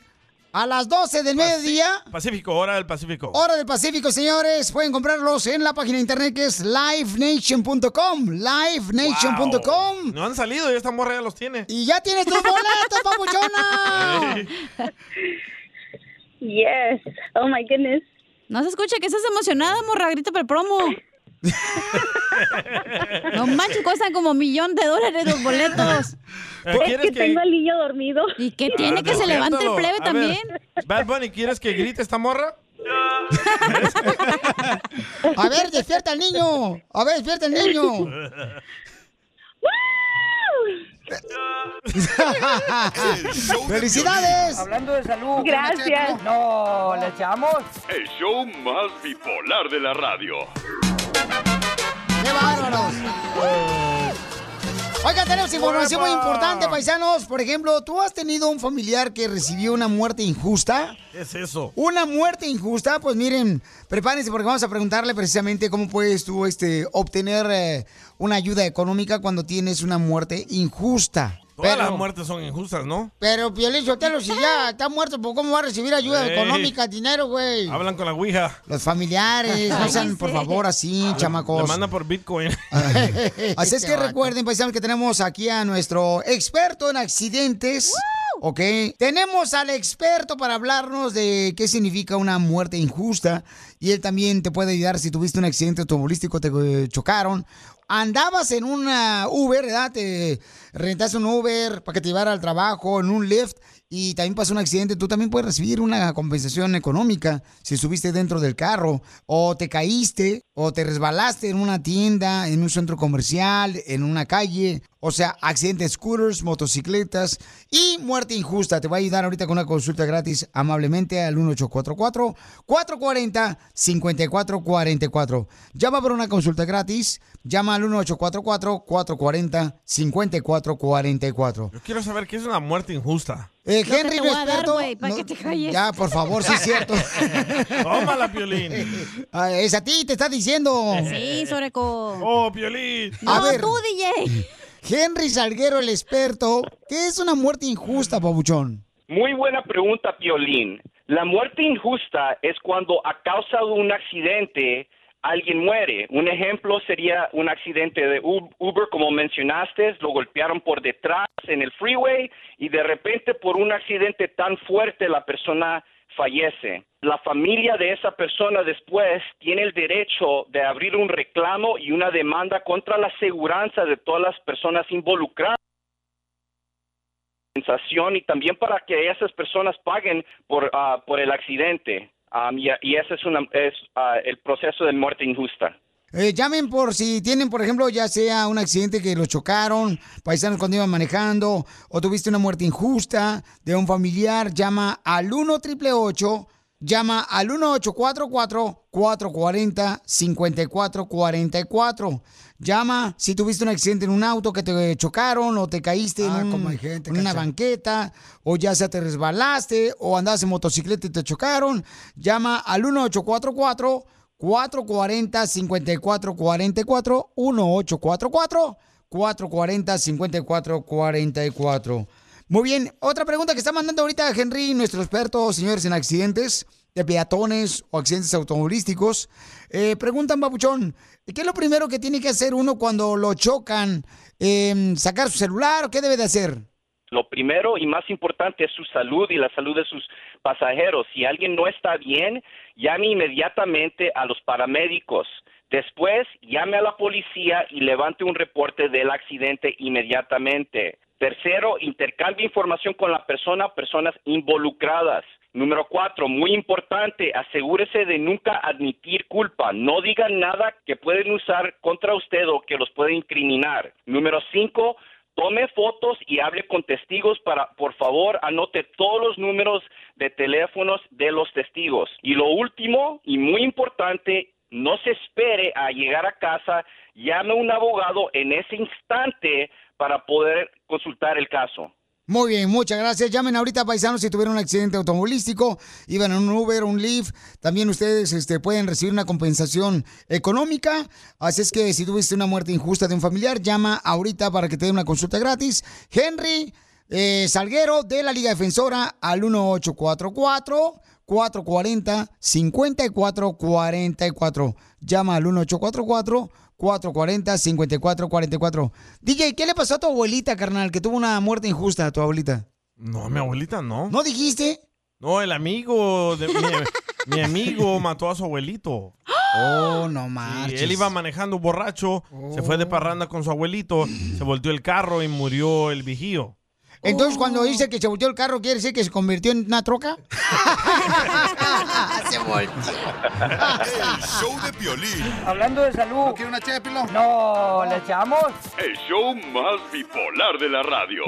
A las 12 del mediodía,
Pacífico, hora del Pacífico.
hora del Pacífico, señores. Pueden comprarlos en la página de internet que es livenation.com. Livenation.com.
No han salido y esta morra ya los tiene.
Y ya tienes tus boletos, papuchona.
Yes. Oh my goodness.
No se escucha que estás emocionada, morra. Grita para el
[laughs]
promo. no manches, cuestan como millón de dólares los boletos.
[laughs] Eh, Es ¿quieres que que- tengo
al niño dormido.
¿Y qué tiene?
Ah,
que se levante el
despiértalo.
plebe
A
también.
ver, Bad Bunny, ¿quieres que grite esta morra?
A ver, despierta al niño. A ver, despierta
[laughs]
al niño.
¡Felicidades!
Hablando de salud.
Gracias.
¿qué onda, Chepe? No, le echamos.
El show más bipolar de la radio.
¡Qué bárbaros! Oiga, tenemos información muy importante, paisanos. Por ejemplo, ¿tú has tenido un familiar que recibió una muerte injusta?
¿Qué es eso?
Una muerte injusta, pues miren, prepárense porque vamos a preguntarle precisamente cómo puedes tú este, obtener eh, una ayuda económica cuando tienes una muerte injusta.
Todas
Pero-
las muertes son injustas, ¿no?
Pero Piolín Sotelo, si [laughs] ya está muerto, pues ¿cómo va a recibir ayuda
Ey.
económica, dinero, güey?
Hablan con la Ouija.
Los familiares, no sean, por favor, así, chamacos. Ah.
Le mandan por Bitcoin.
Así es que recuerden, paisanos, que tenemos aquí a nuestro experto en accidentes, Ok, tenemos al experto para hablarnos de qué significa una muerte injusta y él también te puede ayudar si tuviste un accidente automovilístico, te eh, chocaron. Andabas en una Uber, ¿verdad? Te rentaste un Uber para que te llevara al trabajo, en un Lyft y también pasó un accidente. Tú también puedes recibir una compensación económica si subiste dentro del carro o te caíste o te resbalaste en una tienda, en un centro comercial, en una calle. O sea, accidentes de scooters, motocicletas y muerte injusta. Te va a ayudar ahorita con una consulta gratis amablemente al 1844-440-5444. Llama por una consulta gratis. Llama al 1844-440-5444.
Yo quiero saber qué es una muerte injusta.
Eh,
Lo que
Henry
te voy a dar,
Vesperto,
güey, para
no-
que te calles.
Ya, por favor, sí es cierto.
[laughs] Tómala, Piolín.
[laughs] Ah, es a ti, te está diciendo.
Sí, Soreco.
Oh, Piolín.
No, tú, DJ.
Henry Salguero, el experto, ¿qué es una muerte injusta, Pabuchón?
Muy buena pregunta, Piolín. La muerte injusta es cuando a causa de un accidente alguien muere. Un ejemplo sería un accidente de U- Uber, como mencionaste, lo golpearon por detrás en el freeway y de repente por un accidente tan fuerte la persona fallece. La familia de esa persona después tiene el derecho de abrir un reclamo y una demanda contra la aseguranza de todas las personas involucradas compensación y también para que esas personas paguen por, ah, por el accidente. Am, y, y ese es, una- es ah, el proceso de muerte injusta.
Eh, llamen por si tienen, por ejemplo, ya sea un accidente que los chocaron, paisanos cuando iban manejando, o tuviste una muerte injusta de un familiar, llama al 1 888 llama al 1844-440-5444. Llama si tuviste un accidente en un auto que te chocaron o te caíste en, un- en una banqueta, o ya sea te resbalaste, o andabas en motocicleta y te chocaron. Llama al 1844 440-5444-1844-440-5444. Muy bien, otra pregunta que está mandando ahorita Henry, nuestro experto, señores, en accidentes de peatones o accidentes automovilísticos. Eh, preguntan, Babuchón, ¿qué es lo primero que tiene que hacer uno cuando lo chocan? Eh, ¿Sacar su celular o qué debe de hacer?
Lo primero y más importante es su salud y la salud de sus pasajeros. Si alguien no está bien, llame inmediatamente a los paramédicos. Después, llame a la policía y levante un reporte del accidente inmediatamente. Tercero, intercambie información con la persona o personas involucradas. Número cuatro, muy importante, asegúrese de nunca admitir culpa. No digan nada que pueden usar contra usted o que los pueden incriminar. Número cinco, Tome fotos y hable con testigos para, por favor, anote todos los números de teléfonos de los testigos. Y lo último y muy importante, no se espere a llegar a casa, llame a un abogado en ese instante para poder consultar el caso.
Muy bien, muchas gracias. Llamen ahorita, paisanos, si tuvieron un accidente automovilístico, iban en un Uber, un Lyft. También ustedes este, pueden recibir una compensación económica. Así es que si tuviste una muerte injusta de un familiar, llama ahorita para que te dé una consulta gratis. Henry eh, Salguero de la Liga Defensora al 1844. 440-5444. Llama al 1844-440-5444. DJ, ¿qué le pasó a tu abuelita, carnal? Que tuvo una muerte injusta a tu abuelita.
No, mi abuelita no.
¿No dijiste?
No, el amigo de mi, mi
[laughs]
amigo mató a su abuelito.
Oh, no
Y
marches. Oh.
él iba manejando borracho, se fue de parranda con su abuelito, se volteó el carro y murió el vigío.
Entonces, cuando dice que se volteó el carro, ¿quiere decir que se convirtió en una troca?
Se volteó. El show de Piolín.
Hablando de salud. ¿No quiere una chépilo? No, ¿le echamos?
El show más bipolar de la radio.